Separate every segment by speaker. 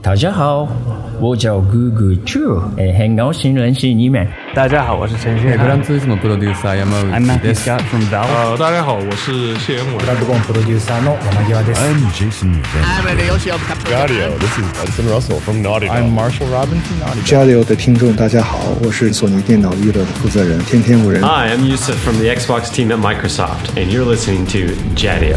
Speaker 1: 大家好，我叫 Google Chu，哎，很高兴认识你们。
Speaker 2: 大家好，我是陈旭。
Speaker 3: グランツーリスモプロデューサー山内
Speaker 2: I'm Matthew
Speaker 3: です。
Speaker 2: Scott from Valve。
Speaker 4: 呃，大家好，我是谢元伟。
Speaker 5: I'm Jason Nguyen.
Speaker 6: Jaleo 的听众，大家好，我是索尼电脑娱乐的负责人天天五人。
Speaker 7: Hi, I'm Yusuf from the Xbox team at Microsoft, and you're listening to Jadio.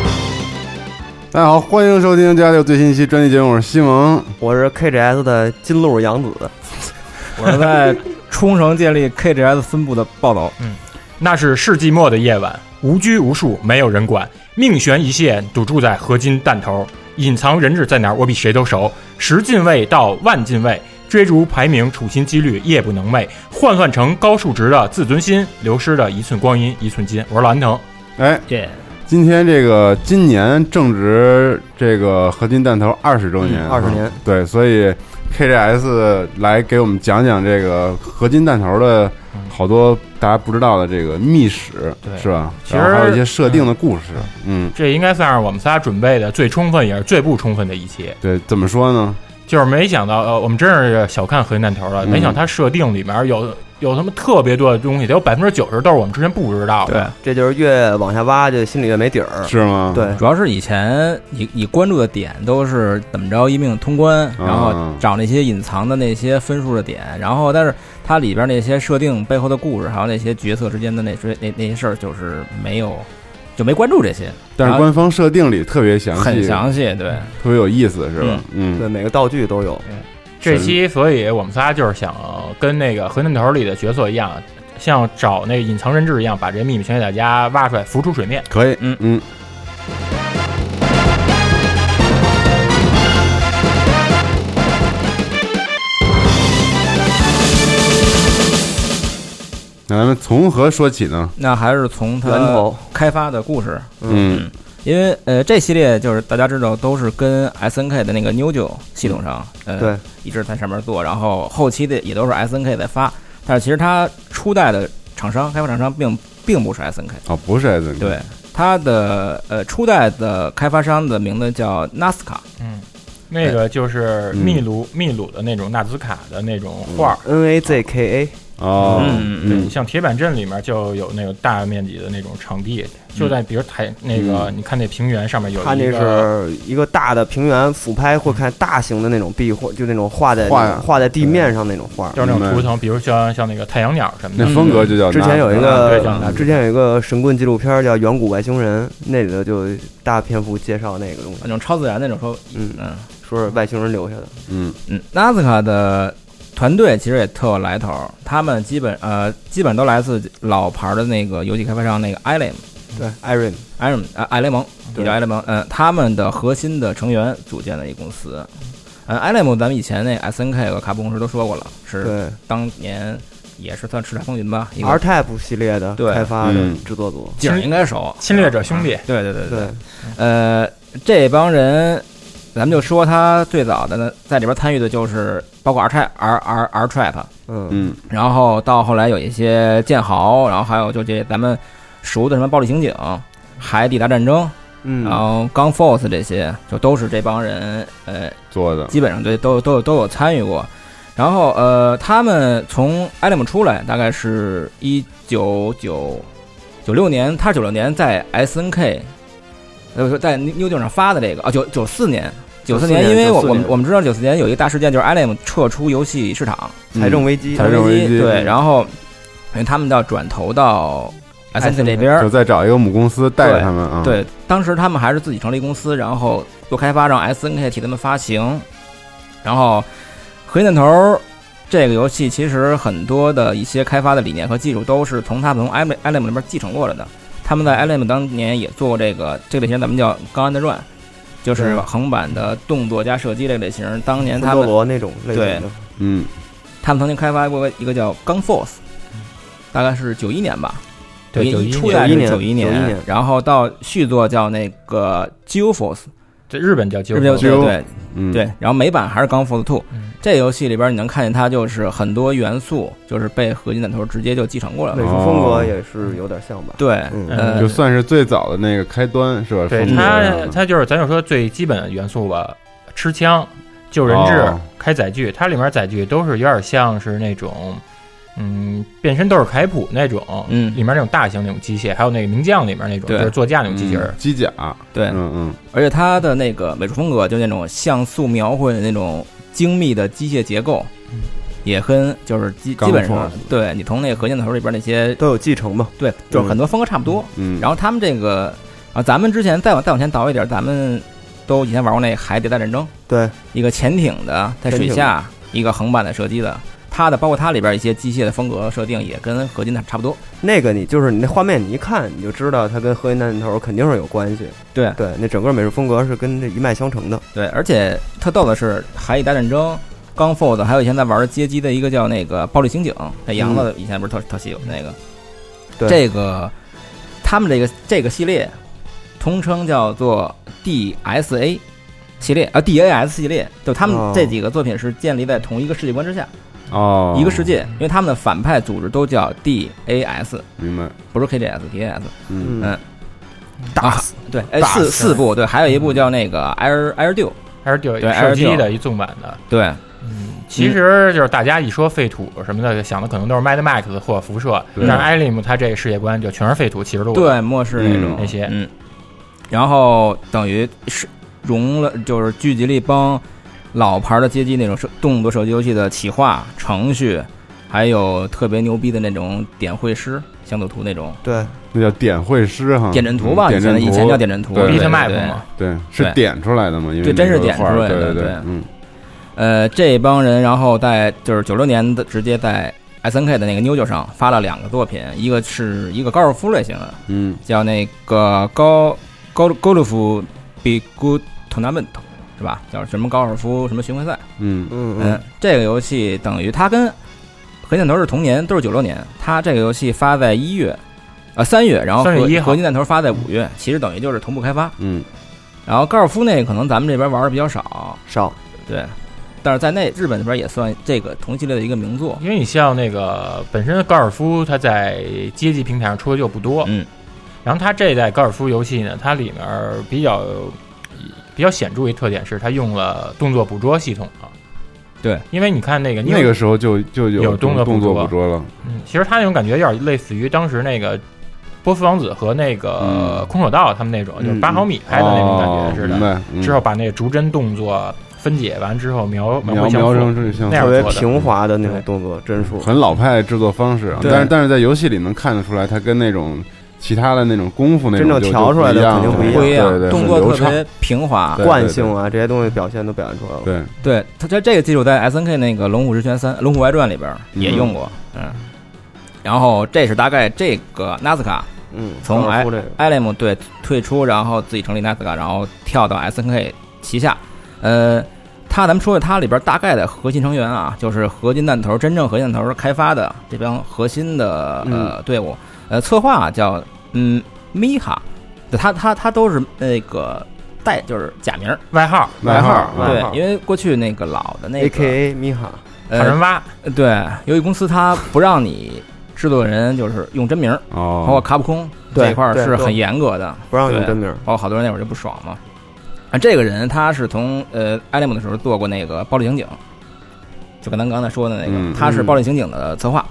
Speaker 8: 大家哎好，欢迎收听《家六》最新一期专题节目，我是西蒙。
Speaker 9: 我是 KGS 的金鹿杨子，
Speaker 10: 我是在冲绳建立 KGS 分部的报道。
Speaker 11: 那是世纪末的夜晚，无拘无束，没有人管，命悬一线，赌注在合金弹头，隐藏人质在哪儿，我比谁都熟。十进位到万进位，追逐排名，处心积虑，夜不能寐，换算成高数值的自尊心，流失的一寸光阴一寸金。我是蓝腾，
Speaker 8: 哎，
Speaker 1: 对，
Speaker 8: 今天这个今年正值这个合金弹头二十周年，
Speaker 9: 20年
Speaker 8: 啊对，所以 KGS 来给我们讲讲这个合金弹头的好多大家不知道的这个秘史，
Speaker 11: 对
Speaker 8: 是吧？
Speaker 11: 其实
Speaker 8: 然后还有一些设定的故事，嗯，
Speaker 11: 这应该算是我们仨准备的最充分也是最不充分的一期。
Speaker 8: 对，怎么说呢？
Speaker 11: 就是没想到，呃，我们真是小看核心弹头了。
Speaker 8: 嗯
Speaker 11: 没想到它设定里面有有他妈特别多的东西，得有百分之九十都是我们之前不知道的。
Speaker 10: 对，
Speaker 9: 这就是越往下挖就心里越没底儿。
Speaker 8: 是吗？
Speaker 9: 对，
Speaker 10: 主要是以前你你关注的点都是怎么着一命通关，然后找那些隐藏的那些分数的点，然后但是它里边那些设定背后的故事，还有那些角色之间的那些那那些事儿，就是没有就没关注这些，
Speaker 8: 但是官方设定里特别详细，
Speaker 10: 很详细，对，
Speaker 8: 特别有意思，是吧？
Speaker 9: 对，
Speaker 8: 嗯，
Speaker 9: 每个道具都有。
Speaker 11: 这期，所以我们仨就是想跟那个核弹头里的角色一样，像找那个隐藏人质一样，把这秘密全给大家挖出来，浮出水面。
Speaker 8: 可以，
Speaker 10: 嗯
Speaker 8: 嗯。那咱们从何说起呢？
Speaker 10: 那还是从它
Speaker 9: 源头
Speaker 10: 开发的故事
Speaker 8: 嗯，
Speaker 10: 因为呃，这系列就是大家知道都是跟 S N K 的那个 New 九系统上，呃，
Speaker 9: 对，
Speaker 10: 一直在上面做，然后后期的也都是 S N K 在发，但是其实它初代的厂商开发厂商并并不是 S N K，
Speaker 8: 哦，不是 S N，
Speaker 10: 对，它的呃初代的开发商的名字叫 Nasca，
Speaker 11: 嗯，那个就是秘鲁、秘鲁的那种纳兹卡的那种画儿。
Speaker 9: N A Z K A，
Speaker 8: 哦，
Speaker 10: 嗯
Speaker 11: 对，像铁板镇里面就有那个大面积的那种场地，就在比如台那个，你看那平原上面有
Speaker 9: 它
Speaker 11: 一
Speaker 9: 那
Speaker 11: 个
Speaker 9: 是一个大的平原俯拍，或看大型的那种壁画，就那种画在
Speaker 8: 画呀
Speaker 9: 画在地面上那种画。
Speaker 11: 就是那种图腾，比如像像那个太阳鸟什么
Speaker 8: 那
Speaker 11: 的。
Speaker 8: 风格就
Speaker 10: 嗯
Speaker 8: 叫
Speaker 9: 之前有一
Speaker 11: 对叫
Speaker 9: 个
Speaker 11: 拿，
Speaker 9: 之前有一个神棍纪录片叫《远古外星人》，那里头就大篇幅介绍那个东西，
Speaker 10: 那种超自然那种说，
Speaker 9: 嗯
Speaker 10: 嗯
Speaker 9: 说是外星人留下的。
Speaker 8: 嗯
Speaker 10: 嗯，Nasca 的团队其实也特有来头儿，他们基本呃基本都来自老牌的那个游戏开发商那个 ILM。
Speaker 9: 对，Irene，
Speaker 10: 艾伦啊，艾雷蒙，也
Speaker 9: 对
Speaker 10: 叫艾雷蒙，嗯，他们的核心的成员组建的一公司。嗯，艾雷蒙，咱们以前那 S N K 有个卡普空时都说过了，是
Speaker 9: 对
Speaker 10: 当年也是算叱咤风云吧，一
Speaker 9: ，R
Speaker 10: 个
Speaker 9: Type 系列的
Speaker 10: 对
Speaker 9: 开发的
Speaker 8: 嗯
Speaker 9: 制作组。
Speaker 10: 景儿应该熟，
Speaker 11: 侵略者兄弟，
Speaker 10: 对对对对，
Speaker 9: 对，
Speaker 10: 呃，这帮人，咱们就说他最早的呢，在里边参与的就是包括 R Trap、R R R Trap，
Speaker 9: 嗯，
Speaker 8: 嗯
Speaker 10: 然后到后来有一些剑豪，然后还有就这咱们熟的什么暴力刑警、海底大战争，然
Speaker 9: 嗯，
Speaker 10: 后 Gun Force 这些就都是这帮人，呃，
Speaker 8: 做的，
Speaker 10: 基本上对都都有都有参与过。然后呃，他们从 ILM 出来，大概是一九九九六年，他九六年在 SNK，呃，不是在 New New 上发的这个啊，九九四年。九四年，
Speaker 9: 94
Speaker 10: 因为我
Speaker 9: 94
Speaker 10: 我们
Speaker 9: 年
Speaker 10: 我们知道九四年有一个大事件，就是 ILM 撤出游戏市场，
Speaker 8: 嗯
Speaker 9: 财政危机
Speaker 8: 财政危机
Speaker 10: 对，然后因为他们要转投到艾森这边嗯
Speaker 8: 就再找一个母公司带着他们啊。
Speaker 10: 对，当时他们还是自己成立公司，然后做开发，让 SNK 替他们发行。然后，核心弹头这个游戏其实很多的一些开发的理念和技术都是从他们从 i l m 那边继承过来的。他们在 ILM 当年也做过这个这个类型，咱们叫钢安的 run，就是横版的动作加射击这个类型。当年他们
Speaker 9: 罗那种类型
Speaker 10: 对，
Speaker 8: 嗯，
Speaker 10: 他们曾经开发过一个叫《钢 Force》，大概是九一年吧，
Speaker 9: 对
Speaker 10: 一
Speaker 9: 91
Speaker 10: 出来是
Speaker 9: 年
Speaker 10: 一
Speaker 9: 91年
Speaker 10: 然后到续作叫那个《g e o Force》，
Speaker 11: 这日本叫 Geo
Speaker 10: 日本叫
Speaker 11: Force
Speaker 10: 对
Speaker 8: 嗯
Speaker 10: 对，然后美版还是《钢 Force Two》，这
Speaker 11: 嗯
Speaker 10: 游戏里边你能看见它就是很多元素就是被合金弹头直接就继承过来
Speaker 9: 美
Speaker 10: 了，
Speaker 9: 术风格也是有点像吧？
Speaker 10: 对，呃
Speaker 8: 嗯就算是最早的那个开端是吧？
Speaker 11: 对
Speaker 8: 风格上
Speaker 11: 它，它就是咱就说最基本元素吧，吃枪、救人质、
Speaker 8: 哦
Speaker 11: 开载具，它里面载具都是有点像是那种，嗯，变身斗士凯普那种，
Speaker 10: 嗯，
Speaker 11: 里面那种大型那种机械，还有那个名将里面那种，
Speaker 10: 对
Speaker 11: 就是座驾那种机器人，
Speaker 8: 机甲，
Speaker 10: 对，
Speaker 8: 嗯嗯，
Speaker 10: 而且它的那个美术风格，就那种像素描绘的那种精密的机械结构，也跟就是基
Speaker 9: 钢
Speaker 10: 基本上
Speaker 9: force
Speaker 10: 对你从那个合金弹头里边那些
Speaker 9: 都有继承嘛，
Speaker 10: 对，就是很多风格差不多。
Speaker 8: 嗯，
Speaker 10: 然后他们这个啊，咱们之前再往再往前倒一点，咱们都以前玩过那《海底大战争》，
Speaker 9: 对，
Speaker 10: 一个潜艇的在水
Speaker 9: 潜艇
Speaker 10: 下，一个横版的射击的，它的包括它里边一些机械的风格设定也跟合金的差不多。
Speaker 9: 那个你就是你那画面，你一看你就知道它跟核心弹头肯定是有关系。
Speaker 10: 对
Speaker 9: 对，那整个美术风格是跟这一脉相承的。
Speaker 10: 对，而且特逗的是，《海底大战争》、《钢 fold》，还有以前在玩的街机的一个叫那个《暴力刑警》，这杨子以前不是特、特喜欢那个？
Speaker 9: 对
Speaker 10: 这个他们这个这个系列通称叫做 DSA 系列啊，DAS 系列，就他们
Speaker 8: 哦
Speaker 10: 这几个作品是建立在同一个世界观之下，
Speaker 8: 哦，
Speaker 10: 一个世界，因为他们的反派组织都叫 DAS，
Speaker 8: 明白，
Speaker 10: 不是 KDS，DAS，
Speaker 8: 嗯
Speaker 10: 嗯，打死对，哎，
Speaker 11: 打
Speaker 10: 四
Speaker 11: 死
Speaker 10: 四部对，还有一部叫那个 Air Air d
Speaker 11: 还是有
Speaker 10: 对
Speaker 11: 手机
Speaker 10: Air
Speaker 11: 的
Speaker 10: Duo
Speaker 11: 一纵版的。
Speaker 10: 对，
Speaker 11: 其实就是大家一说废土什么的，想的可能都是 Mad Max 或辐射，
Speaker 10: 对
Speaker 11: 但是 i l i m 它这个世界观就全是废土七十度的，
Speaker 10: 对，末世那种
Speaker 11: 那些，
Speaker 10: 嗯，然后等于是融了，就是聚集了一帮老牌的街机那种手动作手机游戏的企划、程序，还有特别牛逼的那种点绘师、像素图那种。
Speaker 9: 对，
Speaker 8: 那叫点绘师哈，
Speaker 10: 点阵图吧
Speaker 8: 嗯点阵图
Speaker 10: 以前以前叫点阵图
Speaker 8: 对
Speaker 10: Bitmap
Speaker 8: 对
Speaker 10: 嘛
Speaker 8: 对，是
Speaker 10: 对
Speaker 8: 点出来的嘛，因为
Speaker 10: 对，真是点出
Speaker 8: 那个画
Speaker 10: 来
Speaker 8: 儿
Speaker 10: 的，
Speaker 8: 对对
Speaker 10: 对，
Speaker 8: 嗯，
Speaker 10: 呃，这帮人然后在就是九六年的直接在 S N K 的那个 n e w 上发了两个作品，一个是一个高尔夫类型的，
Speaker 8: 嗯，
Speaker 10: 叫那个高高高尔夫 Big Good Tournament 是吧？叫什么高尔夫什么巡回赛？
Speaker 8: 嗯
Speaker 9: 嗯
Speaker 10: 嗯，这个游戏等于它跟《合金弹头》是同年，都是九六年。它这个游戏发在一月，呃三月，然后
Speaker 11: 3月
Speaker 10: 合
Speaker 11: 1号
Speaker 10: 合金弹头发在五月，其实等于就是同步开发。
Speaker 8: 嗯，
Speaker 10: 然后高尔夫那个可能咱们这边玩的比较少，
Speaker 9: 少
Speaker 10: 对，但是在那日本那边也算这个同系列的一个名作。
Speaker 11: 因为你像那个本身高尔夫，它在街机平台上出的就不
Speaker 8: 哦
Speaker 11: 多，
Speaker 10: 嗯，
Speaker 11: 然后它这一代高尔夫游戏呢，它里面比较比较显著一特点是它用了动作捕捉系统啊，
Speaker 10: 对，
Speaker 11: 因为你看那个
Speaker 8: 那个时候就就
Speaker 11: 有动
Speaker 8: 动作
Speaker 11: 作捕捉
Speaker 8: 捕捉了，
Speaker 11: 嗯，其实他那种感觉有点类似于当时那个波斯王子和那个空手道他们那种，
Speaker 8: 嗯
Speaker 11: 就是八毫米拍的那种感觉似
Speaker 8: 哦明
Speaker 11: 的
Speaker 8: 白。嗯
Speaker 11: 之后把那个逐帧动作分解完之后描
Speaker 8: 描
Speaker 11: 绘像
Speaker 8: 描
Speaker 11: 素
Speaker 8: 成这像
Speaker 11: 那样
Speaker 9: 特别
Speaker 11: 做的
Speaker 9: 平滑的那种动作帧数，
Speaker 8: 很老派制作方式啊，
Speaker 9: 对
Speaker 8: 但是但是在游戏里能看得出来，它跟那种其他的那种功夫那种
Speaker 9: 真正
Speaker 8: 就
Speaker 9: 调出来的肯定
Speaker 8: 不
Speaker 9: 不
Speaker 8: 一
Speaker 9: 一
Speaker 8: 样
Speaker 9: 样
Speaker 8: 了，对对，
Speaker 10: 动
Speaker 8: 很
Speaker 10: 作
Speaker 8: 流
Speaker 10: 特别
Speaker 8: 畅
Speaker 10: 平滑，
Speaker 9: 惯性啊这些东西表现都表现出来了。
Speaker 8: 对，
Speaker 10: 对，它在这个基础在 S N K 那个《龙虎之拳三》《龙虎外传》里边也用过，嗯。然后这是大概这个纳斯卡，
Speaker 9: 嗯
Speaker 10: 从
Speaker 9: 高尔
Speaker 10: I
Speaker 9: 夫这个
Speaker 10: ILM 对退出，然后自己成立纳斯卡，然后跳到 S N K 旗下，呃。它咱们说说它里边大概的核心成员啊，就是合金弹头真正核心弹头开发的这帮核心的呃队伍，呃，策划叫嗯米哈，他他他都是那个代就是假名儿
Speaker 11: 外号
Speaker 8: 外号啊外号
Speaker 10: 对，因为过去那个老的那个
Speaker 9: A.K.A. 米哈
Speaker 10: 呃
Speaker 9: 卡人
Speaker 11: 蛙，
Speaker 10: 对，由于公司它不让你制作人就是用真名儿，
Speaker 8: 哦
Speaker 10: 包括卡普空
Speaker 9: 对
Speaker 10: 这一块儿
Speaker 9: 对
Speaker 10: 是很
Speaker 9: 对
Speaker 10: 严格的，
Speaker 9: 不让用
Speaker 10: 对
Speaker 9: 真名儿
Speaker 10: 包括好多人那会儿就不爽嘛。啊，这个人他是从呃艾利姆的时候做过那个《暴力刑警》，就跟咱刚才说的那个，
Speaker 8: 嗯
Speaker 10: 他是《
Speaker 8: 嗯
Speaker 10: 暴力刑警》的策划，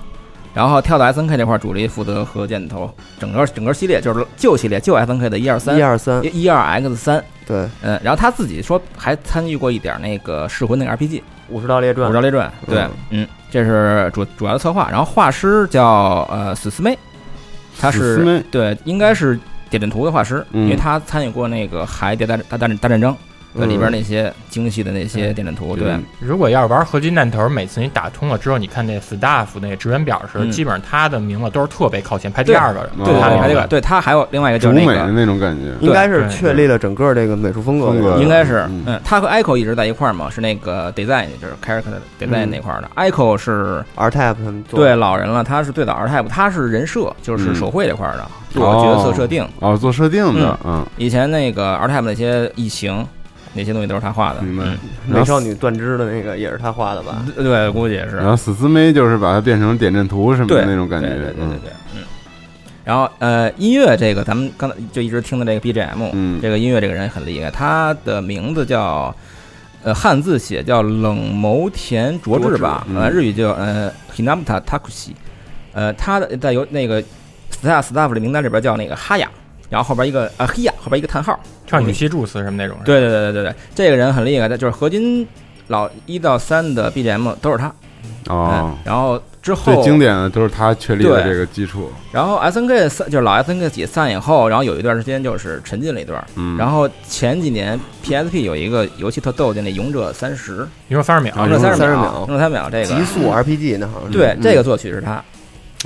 Speaker 10: 然后跳到 S N K 这块儿主力负责和箭头，整个整个系列就是旧系列旧 S N K 的一二三
Speaker 9: 一二三
Speaker 10: 一二 X 三，
Speaker 9: 对，
Speaker 10: 嗯，然后他自己说还参与过一点那个噬魂那个 RPG，
Speaker 9: 武士道列传，
Speaker 10: 武士道列传，对，嗯，这是主主要的策划，然后画师叫呃死四妹，他
Speaker 8: 史思
Speaker 10: 是
Speaker 8: 美
Speaker 10: 对，应该是点阵图的画师，
Speaker 8: 嗯
Speaker 10: 因为他参与过那个《海底大战大大战大战争》呃
Speaker 11: 嗯
Speaker 10: 里边那些精细的那些点阵图，对，
Speaker 11: 如果要是玩合金弹头，每次你打通了之后，你看那 staff 那职员表时，
Speaker 10: 嗯
Speaker 11: 基本上他的名字都是特别靠前，排第
Speaker 10: 对
Speaker 11: 二个人，
Speaker 10: 对，
Speaker 11: 他
Speaker 10: 他
Speaker 11: 那
Speaker 10: 还
Speaker 11: 个
Speaker 10: 有对他还有另外一个就是那个嗯
Speaker 8: 那种感觉
Speaker 9: 应该是
Speaker 10: 对
Speaker 9: 确立了整个这个美术风格的，
Speaker 10: 应该是，嗯，他和 Echo 一直在一块儿嘛，是那个 design，就是 character design
Speaker 9: 嗯
Speaker 10: 那块儿的。Echo 是
Speaker 9: R Type 他们做的
Speaker 10: 对嗯老人了，他是最早 R Type，他是人设，就是手绘这块儿的，做
Speaker 8: 哦
Speaker 10: 角色设定。
Speaker 8: 哦，做设定的，嗯，
Speaker 10: 以前那个 R Type 那些异形那些东西都是他画的，
Speaker 8: 明白
Speaker 10: 嗯
Speaker 8: 美少
Speaker 9: 女断肢的那个也是他画的吧？
Speaker 10: 对，估计也是
Speaker 8: 然。后死姿妹就是把它变成点阵图什么的
Speaker 10: 对
Speaker 8: 啊那种感觉，
Speaker 10: 对对对
Speaker 8: 嗯
Speaker 10: 对然后呃，音乐这个咱们刚才就一直听的这个 BGM，
Speaker 8: 嗯
Speaker 10: 这个音乐这个人很厉害，他的名字叫呃汉字写叫冷谋田卓志吧，
Speaker 8: 卓志嗯
Speaker 10: 呃日语叫呃 Hinamata Takushi，呃他的在有那个 staff staff 的名单里边叫那个哈雅，然后后边一个啊黑雅后边一个叹号，
Speaker 11: 唱女西柱斯什么那种。
Speaker 10: 对对对对对对，这个人很厉害的，就是合金老一到三的 BGM 都是他，
Speaker 8: 哦
Speaker 10: 嗯，然后之后
Speaker 8: 最经典的都是他确立的
Speaker 10: 对
Speaker 8: 这个基础，
Speaker 10: 然后 S N K 散就是老 S N K 解散以后，然后有一段时间就是沉浸了一段。
Speaker 8: 嗯
Speaker 10: 然后前几年 P S P 有一个游戏特逗，就那《勇者三十》，
Speaker 11: 啊勇者30秒
Speaker 10: 勇者三
Speaker 9: 三
Speaker 10: 十
Speaker 9: 十
Speaker 10: 秒
Speaker 9: 秒，
Speaker 10: 勇者三秒这个
Speaker 9: 极速 RPG 那好像是
Speaker 10: 对
Speaker 9: 嗯
Speaker 10: 这个作曲是他，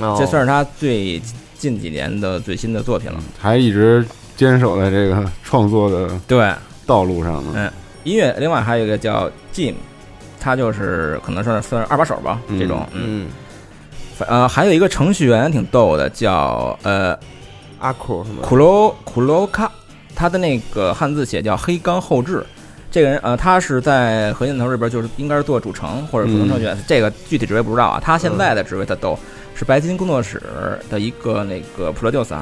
Speaker 9: 哦
Speaker 10: 这算是他最近几年的最新的作品了。
Speaker 8: 嗯还一直坚守在这个创作的
Speaker 10: 对
Speaker 8: 道路上呢。
Speaker 10: 嗯，音乐另外还有一个叫 Jim，他就是可能算是算是二把手吧，
Speaker 8: 嗯
Speaker 10: 这种嗯。反呃，还有一个程序员挺逗的，叫呃
Speaker 9: 阿库是吗？
Speaker 10: 苦罗苦罗卡，他的那个汉字写叫黑冈后志。这个人呃，他是在核心头这边，就是应该是做主程或者普通程序
Speaker 9: 嗯
Speaker 10: 员，这个具体职位不知道啊。他现在的职位他都是白金工作室的一个那个 producer，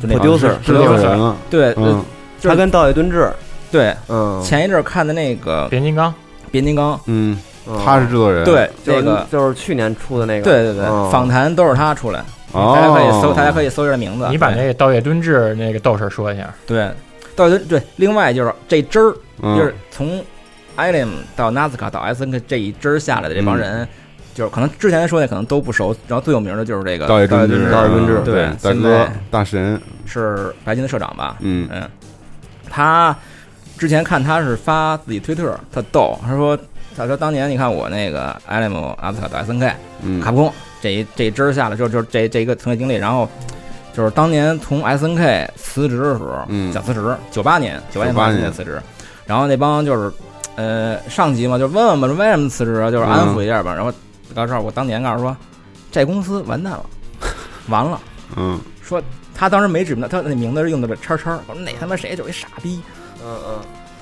Speaker 10: 就那个
Speaker 9: Producer，
Speaker 10: 制作
Speaker 9: 制作人啊
Speaker 10: 对，
Speaker 9: 嗯
Speaker 10: 呃就是
Speaker 9: 他跟道野敦志
Speaker 10: 对，
Speaker 9: 嗯
Speaker 10: 前一阵儿看的那个
Speaker 11: 变形金刚，
Speaker 10: 变形金刚，
Speaker 8: 嗯，
Speaker 9: 嗯
Speaker 8: 他是制作人，
Speaker 10: 对
Speaker 9: 就是
Speaker 10: 这个
Speaker 9: 就是去年出的那个，
Speaker 10: 对对对，
Speaker 9: 嗯
Speaker 10: 访谈都是他出来，
Speaker 8: 哦
Speaker 10: 大家可以搜，大家可以搜一下名字。
Speaker 11: 你把
Speaker 10: 对
Speaker 11: 那个道野敦志那个斗士说一下。
Speaker 10: 对，到底对，另外就是这支儿，
Speaker 11: 嗯
Speaker 10: 就是从 ILM 到 Nazca 到 SNK 这一支儿下来的这
Speaker 8: 嗯
Speaker 10: 帮人，就是可能之前说的可能都不熟，然后最有名的就是这个
Speaker 8: 道野敦志，
Speaker 10: 道野敦
Speaker 8: 敦
Speaker 10: 志，
Speaker 8: 对，大
Speaker 10: 现
Speaker 8: 哥
Speaker 10: 在
Speaker 8: 大神，
Speaker 10: 是白金的社长吧？
Speaker 8: 嗯
Speaker 10: 嗯，他之前看他是发自己推特，特逗，他说他说当年你看我那个 ILM、Nazca 到 SNK，
Speaker 8: 嗯
Speaker 10: 卡普空这一这一支儿下来之后，就是这这一个从业经历，然后就是当年从 S N K 辞职的时候，
Speaker 8: 嗯
Speaker 10: 想辞职，九八年，九八年
Speaker 8: 98
Speaker 10: 从 SNK
Speaker 8: 年
Speaker 10: 辞职，然后那帮就是呃上级嘛，就问问吧，为什么辞职啊，就是安抚一下吧。然后到这儿，我当年告诉说，这公司完蛋了，完了，
Speaker 8: 嗯，
Speaker 10: 说他当时没指名，他那名字是用的这叉叉，我说哪他妈谁就是一傻逼，
Speaker 9: 嗯嗯，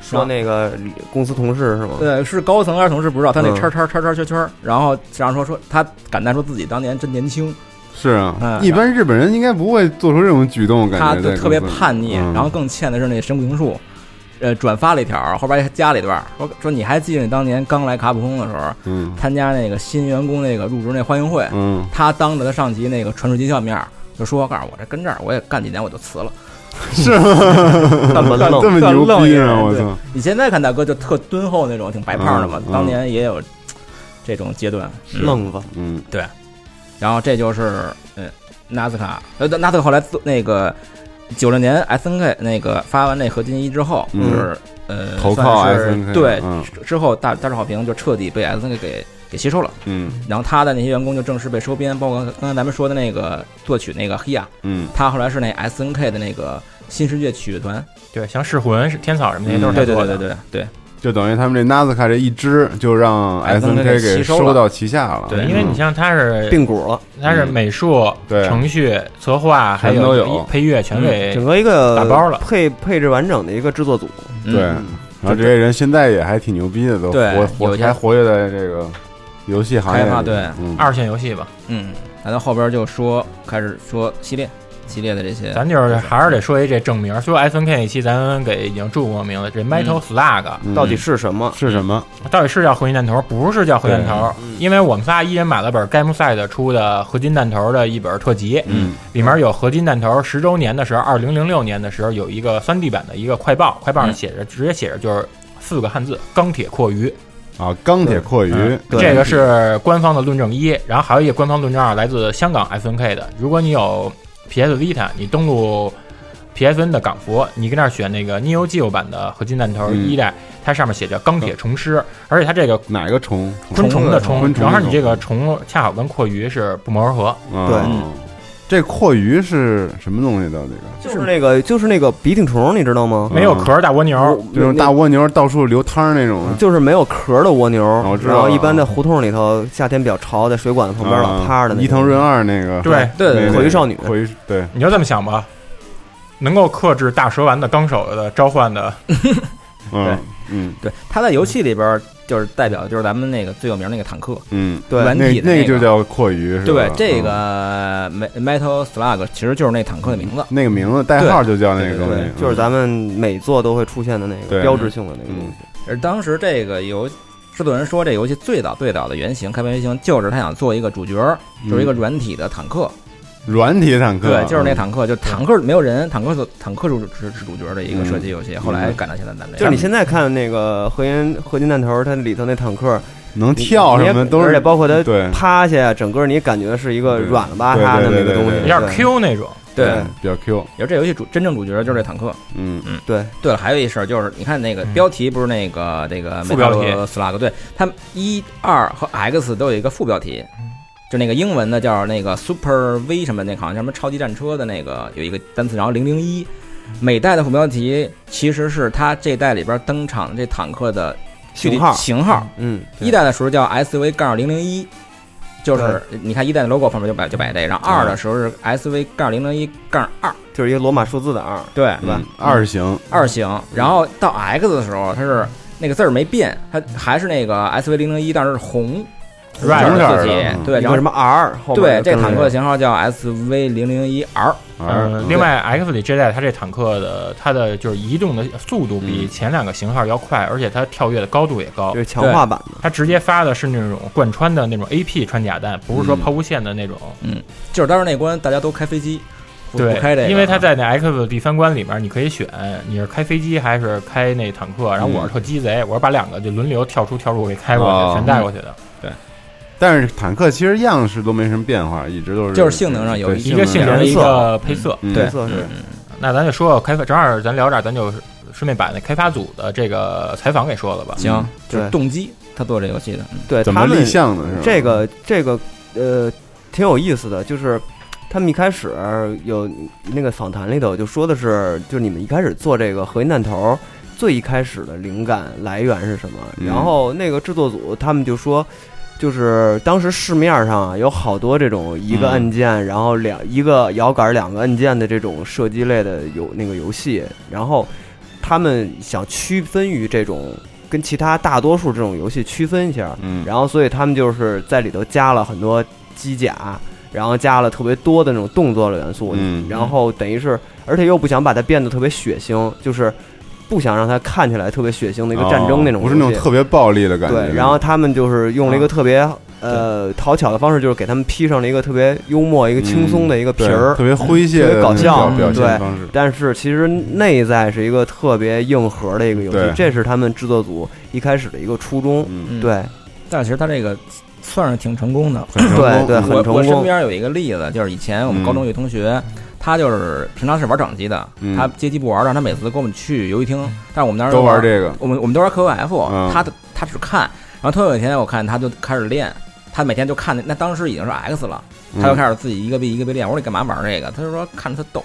Speaker 9: 说那个李公司同事是吗？
Speaker 10: 对，是高层还是同事不知道，他那
Speaker 9: 嗯
Speaker 10: 叉叉叉叉圈圈儿，然后然后说说他感叹说自己当年真年轻。
Speaker 8: 是啊，
Speaker 10: 嗯
Speaker 8: 一般日本人应该不会做出这种举动，感觉
Speaker 10: 他就
Speaker 8: 在
Speaker 10: 特别
Speaker 8: 公司
Speaker 10: 叛逆，
Speaker 8: 嗯
Speaker 10: 然后更欠的是那神谷英树，呃，转发了一条，后边还加了一段，说说你还记得你当年刚来卡普空的时候，
Speaker 8: 嗯
Speaker 10: 参加那个新员工那个入职那欢迎会，
Speaker 8: 嗯
Speaker 10: 他当着他上级那个传书机校面儿就说，告诉我这跟这儿我也干几年我就辞了。
Speaker 8: 嗯是吗
Speaker 10: 干
Speaker 8: 这么
Speaker 10: 干干
Speaker 8: 牛
Speaker 10: 愣一
Speaker 8: 逼啊
Speaker 10: 人
Speaker 8: 我
Speaker 10: 对
Speaker 8: 操
Speaker 10: 你现在看大哥就特敦厚那种，挺白胖的嘛
Speaker 8: 嗯，嗯
Speaker 10: 当年也有这种阶段，嗯
Speaker 9: 愣子，
Speaker 8: 嗯，
Speaker 10: 对，然后这就是嗯，纳斯卡，呃，纳斯卡后来做那个九六年 S N K 那个发完那合金一之后，
Speaker 8: 嗯
Speaker 10: 就是呃，
Speaker 8: 投靠
Speaker 10: 算是
Speaker 8: SNK
Speaker 10: 对
Speaker 8: 嗯，
Speaker 10: 之后大大众好评就彻底被 S N K 给给吸收了，
Speaker 8: 嗯，
Speaker 10: 然后他的那些员工就正式被收编，包括刚才咱们说的那个作曲那个黑亚，
Speaker 8: 嗯
Speaker 10: 他后来是那 S N K 的那个新世界曲乐团，
Speaker 11: 对，像噬魂、天草什么那些都是他
Speaker 10: 对对
Speaker 11: 做
Speaker 10: 嗯对
Speaker 11: 的。
Speaker 10: 对对对，
Speaker 8: 就等于他们这 Nazca 这一支就让
Speaker 11: SNK
Speaker 8: SNK
Speaker 11: 给
Speaker 8: 给
Speaker 11: 吸收
Speaker 8: 收
Speaker 11: 了
Speaker 8: 到旗下了，嗯
Speaker 11: 因为你像他是
Speaker 9: 并股了，
Speaker 11: 他是美术、
Speaker 8: 对
Speaker 11: 程序、策划还
Speaker 8: 全都有
Speaker 11: 配乐全
Speaker 10: 嗯
Speaker 8: 哎
Speaker 11: 给
Speaker 9: 整个一个
Speaker 11: 打包了。
Speaker 9: 配配置完整的一个制作组。
Speaker 8: 嗯对，然后这些人现在也还挺牛逼的，都
Speaker 10: 对
Speaker 8: 活
Speaker 10: 有
Speaker 8: 活
Speaker 10: 一些
Speaker 8: 还活跃在这个游戏行业
Speaker 10: 开
Speaker 8: 里
Speaker 10: 发对
Speaker 8: 嗯
Speaker 11: 二线游戏吧，
Speaker 10: 嗯，然后后边就说开始说系列系列的这些，
Speaker 11: 咱就是还是得说一这正名。所以 S N K 那期咱给已经注过名了，这 Metal Slug、
Speaker 8: 嗯
Speaker 9: 到底是什么？
Speaker 8: 是什么？
Speaker 11: 到底是叫合金弹头，不是叫合金弹头
Speaker 8: 对，
Speaker 11: 因为我们仨一人买了本 Game Side 出的合金弹头的一本特辑，
Speaker 8: 嗯，
Speaker 11: 里面有合金弹头十周年的时候，二零零六年的时候有一个三 D 版的一个快报，快报
Speaker 8: 嗯
Speaker 11: 上写着、直接写着就是四个汉字“钢铁阔鱼”。
Speaker 8: 啊，钢铁阔鱼
Speaker 11: 嗯，这个是官方的论证一，然后还有一个官方论证二，来自香港 SNK 的。如果你有 PS Vita，你登录 PSN 的港服，你跟那儿选那个 Neo Geo 版的合金弹头
Speaker 8: 嗯
Speaker 11: 一代，它上面写着钢铁虫师，而且它这个
Speaker 8: 哪个虫？
Speaker 11: 昆虫的
Speaker 8: 昆虫的
Speaker 11: 然后你
Speaker 8: 虫
Speaker 11: 这个虫恰好跟阔鱼是不谋而合。
Speaker 8: 嗯，这阔鱼是什么东西的？这个
Speaker 9: 就是那个就是那个鼻涕虫，你知道吗？
Speaker 8: 没有壳儿
Speaker 11: 大蜗牛，
Speaker 8: 就是大蜗牛到处流汤儿那种。
Speaker 9: 就是没有壳儿的蜗牛，
Speaker 8: 嗯哦知道
Speaker 9: 然后
Speaker 8: 了
Speaker 9: 一般在胡同里头，夏天比较潮，在水管子旁边老
Speaker 8: 啊
Speaker 9: 趴着的那种。
Speaker 8: 伊藤润二那个，
Speaker 11: 对
Speaker 8: 那
Speaker 9: 火鱼少女，
Speaker 8: 火鱼对，
Speaker 11: 你就这么想吧，能够克制大蛇丸的纲手的召唤的，
Speaker 8: 嗯嗯，
Speaker 10: 对，它在游戏里边儿就是代表的就是咱们那个最有名那个坦克，
Speaker 8: 嗯，
Speaker 10: 软体
Speaker 8: 那
Speaker 10: 的
Speaker 8: 那
Speaker 10: 个
Speaker 8: 就叫阔鱼，是吧
Speaker 10: 对，？
Speaker 8: 嗯
Speaker 10: 这个 Me- Metal Slug 其实就是那坦克的名字，
Speaker 8: 那个名字代号就叫那个东西
Speaker 10: 对对对，
Speaker 8: 嗯
Speaker 9: 就是咱们每座都会出现的那
Speaker 8: 对嗯
Speaker 9: 个标志性的那个东西。
Speaker 10: 而当时这个游制作人说，这游戏最早最早的原型开发原型就是他想做一个主角儿，
Speaker 8: 嗯
Speaker 10: 就是一个软体的坦克，
Speaker 8: 软体坦克，
Speaker 10: 对，就是那
Speaker 8: 嗯
Speaker 10: 坦克，就坦克没有人，坦克是坦克是主是是主角的一个射击游戏，
Speaker 9: 嗯
Speaker 10: 后来改到现在咱们这
Speaker 9: 就是
Speaker 10: 样
Speaker 9: 你现在看那个合金合金弹头，它里头那坦克
Speaker 8: 能跳什么
Speaker 9: 你
Speaker 8: 都是
Speaker 9: 而且包括它
Speaker 8: 对
Speaker 9: 趴下，整个你感觉是一个软了吧
Speaker 8: 他
Speaker 9: 嗒的那个东西，
Speaker 10: 有点 Q 那
Speaker 11: 种
Speaker 10: 对
Speaker 8: 比较 Q，
Speaker 10: 然后这游戏主真正主角就是这坦克。
Speaker 8: 嗯
Speaker 10: 嗯，
Speaker 9: 对。
Speaker 10: 对了，还有一事儿就是，你看那个标题不是那个这个
Speaker 11: 副标题
Speaker 10: slug，对，它一二和 X 都有一个副标题，就那个英文的叫那个 Super V 什么那好像叫什么超级战车的那个有一个单词，然后零零一，每代的副标题其实是它这代里边登场的这坦克的具体
Speaker 9: 型号
Speaker 10: 型号，
Speaker 9: 嗯，
Speaker 10: 一代的时候叫 SV 杠零零一，就是你看一代的 logo 旁边就摆就摆这个，然后二的时候是 SV 杠零零一杠二，
Speaker 9: 就是一个罗马数字的二，
Speaker 10: 对，
Speaker 9: 对吧？
Speaker 8: 二型，
Speaker 10: 二型，然后到 X 的时候，它是那个字儿没变，它还是那个 SV 零零一，但是是红。红
Speaker 9: Right
Speaker 10: 色的字体
Speaker 9: 色儿的嗯
Speaker 10: 对，然
Speaker 9: 一个
Speaker 10: 后
Speaker 9: 什么 R 后
Speaker 10: 对，
Speaker 9: 面
Speaker 10: 这
Speaker 9: 跟着
Speaker 10: 坦克
Speaker 9: 那
Speaker 10: 的
Speaker 9: 个
Speaker 10: 型号叫 SV 零零一 R。
Speaker 11: 呃，另外 X 里这代它这坦克的它的就是移动的速度
Speaker 8: 嗯
Speaker 11: 比前两个型号要快，而且它跳跃的高度也高，
Speaker 9: 就是强化版
Speaker 11: 的。它直接发的是那种贯穿的那种 AP 穿甲弹，不是说抛物线的那种。
Speaker 10: 嗯，就是当时那关大家都开飞机，不
Speaker 11: 对，
Speaker 10: 不开这个，啊
Speaker 11: 因为它在那 X 第三关里面，你可以选你是开飞机还是开那坦克，然后我是特鸡贼，我是把两个就轮流跳出跳入给开过去，
Speaker 8: 哦
Speaker 11: 全带过去的。对，
Speaker 8: 但是坦克其实样式都没什么变化，一直都是
Speaker 10: 就是性能上有
Speaker 8: 对
Speaker 11: 一个性能，一个配色，
Speaker 8: 嗯
Speaker 11: 嗯那咱就说开发，正好咱聊点儿，咱就顺便把那开发组的这个采访给说了吧。
Speaker 10: 行
Speaker 11: 嗯，
Speaker 10: 就是动机，他做这游戏的，嗯
Speaker 9: 对，他们这个这个呃，挺有意思的，就是他们一开始有那个访谈里头就说的是，就是你们一开始做这个合金弹头。最一开始的灵感来源是什么？
Speaker 2: 嗯
Speaker 9: 然后那个制作组他们就说，就是当时市面上啊有好多这种一个
Speaker 2: 嗯
Speaker 9: 按键，然后两一个摇杆两个按键的这种射击类的游那个游戏，然后他们想区分于这种跟其他大多数这种游戏区分一下，
Speaker 8: 嗯，
Speaker 9: 然后所以他们就是在里头加了很多机甲，然后加了特别多的那种动作的元素，
Speaker 8: 嗯
Speaker 9: 然后等于是，而且又不想把它变得特别血腥，就是不想让它看起来特别血腥的一个战争那种游戏、
Speaker 8: 哦不是那种特别暴力的感觉。啊
Speaker 9: 对，然后他们就是用了一个特别、呃讨巧的方式，就是给他们披上了一个特别幽默、一个轻松的一个皮儿、
Speaker 8: 嗯
Speaker 9: 嗯
Speaker 8: 对特别诙谐的
Speaker 9: 特别搞笑，
Speaker 8: 那种表表
Speaker 9: 对
Speaker 8: 现方式。
Speaker 9: 但是其实内在是一个特别硬核的一个游戏
Speaker 10: 对，
Speaker 9: 这是他们制作组一开始的一个初衷。
Speaker 10: 嗯
Speaker 9: 对，
Speaker 10: 但其实他这个算是挺成功的，很
Speaker 9: 成功对
Speaker 8: 嗯
Speaker 9: 对很成
Speaker 10: 我我
Speaker 9: 功
Speaker 10: 身边有一个例子，就是以前我们高中有一同学，他就是平常是玩掌机的，
Speaker 8: 嗯
Speaker 10: 他街机不玩的，他每次跟我们去游戏厅，但是我们当时
Speaker 8: 都玩
Speaker 10: 玩
Speaker 8: 这个
Speaker 10: 我们我们都玩 QF，、
Speaker 8: 嗯
Speaker 10: 他他只看，然后突然有一天我看他就开始练。他每天就看那，那当时已经是 X 了，他就
Speaker 8: 嗯
Speaker 10: 开始自己一个币一个币练。我说你干嘛玩这个？他就说看着他逗。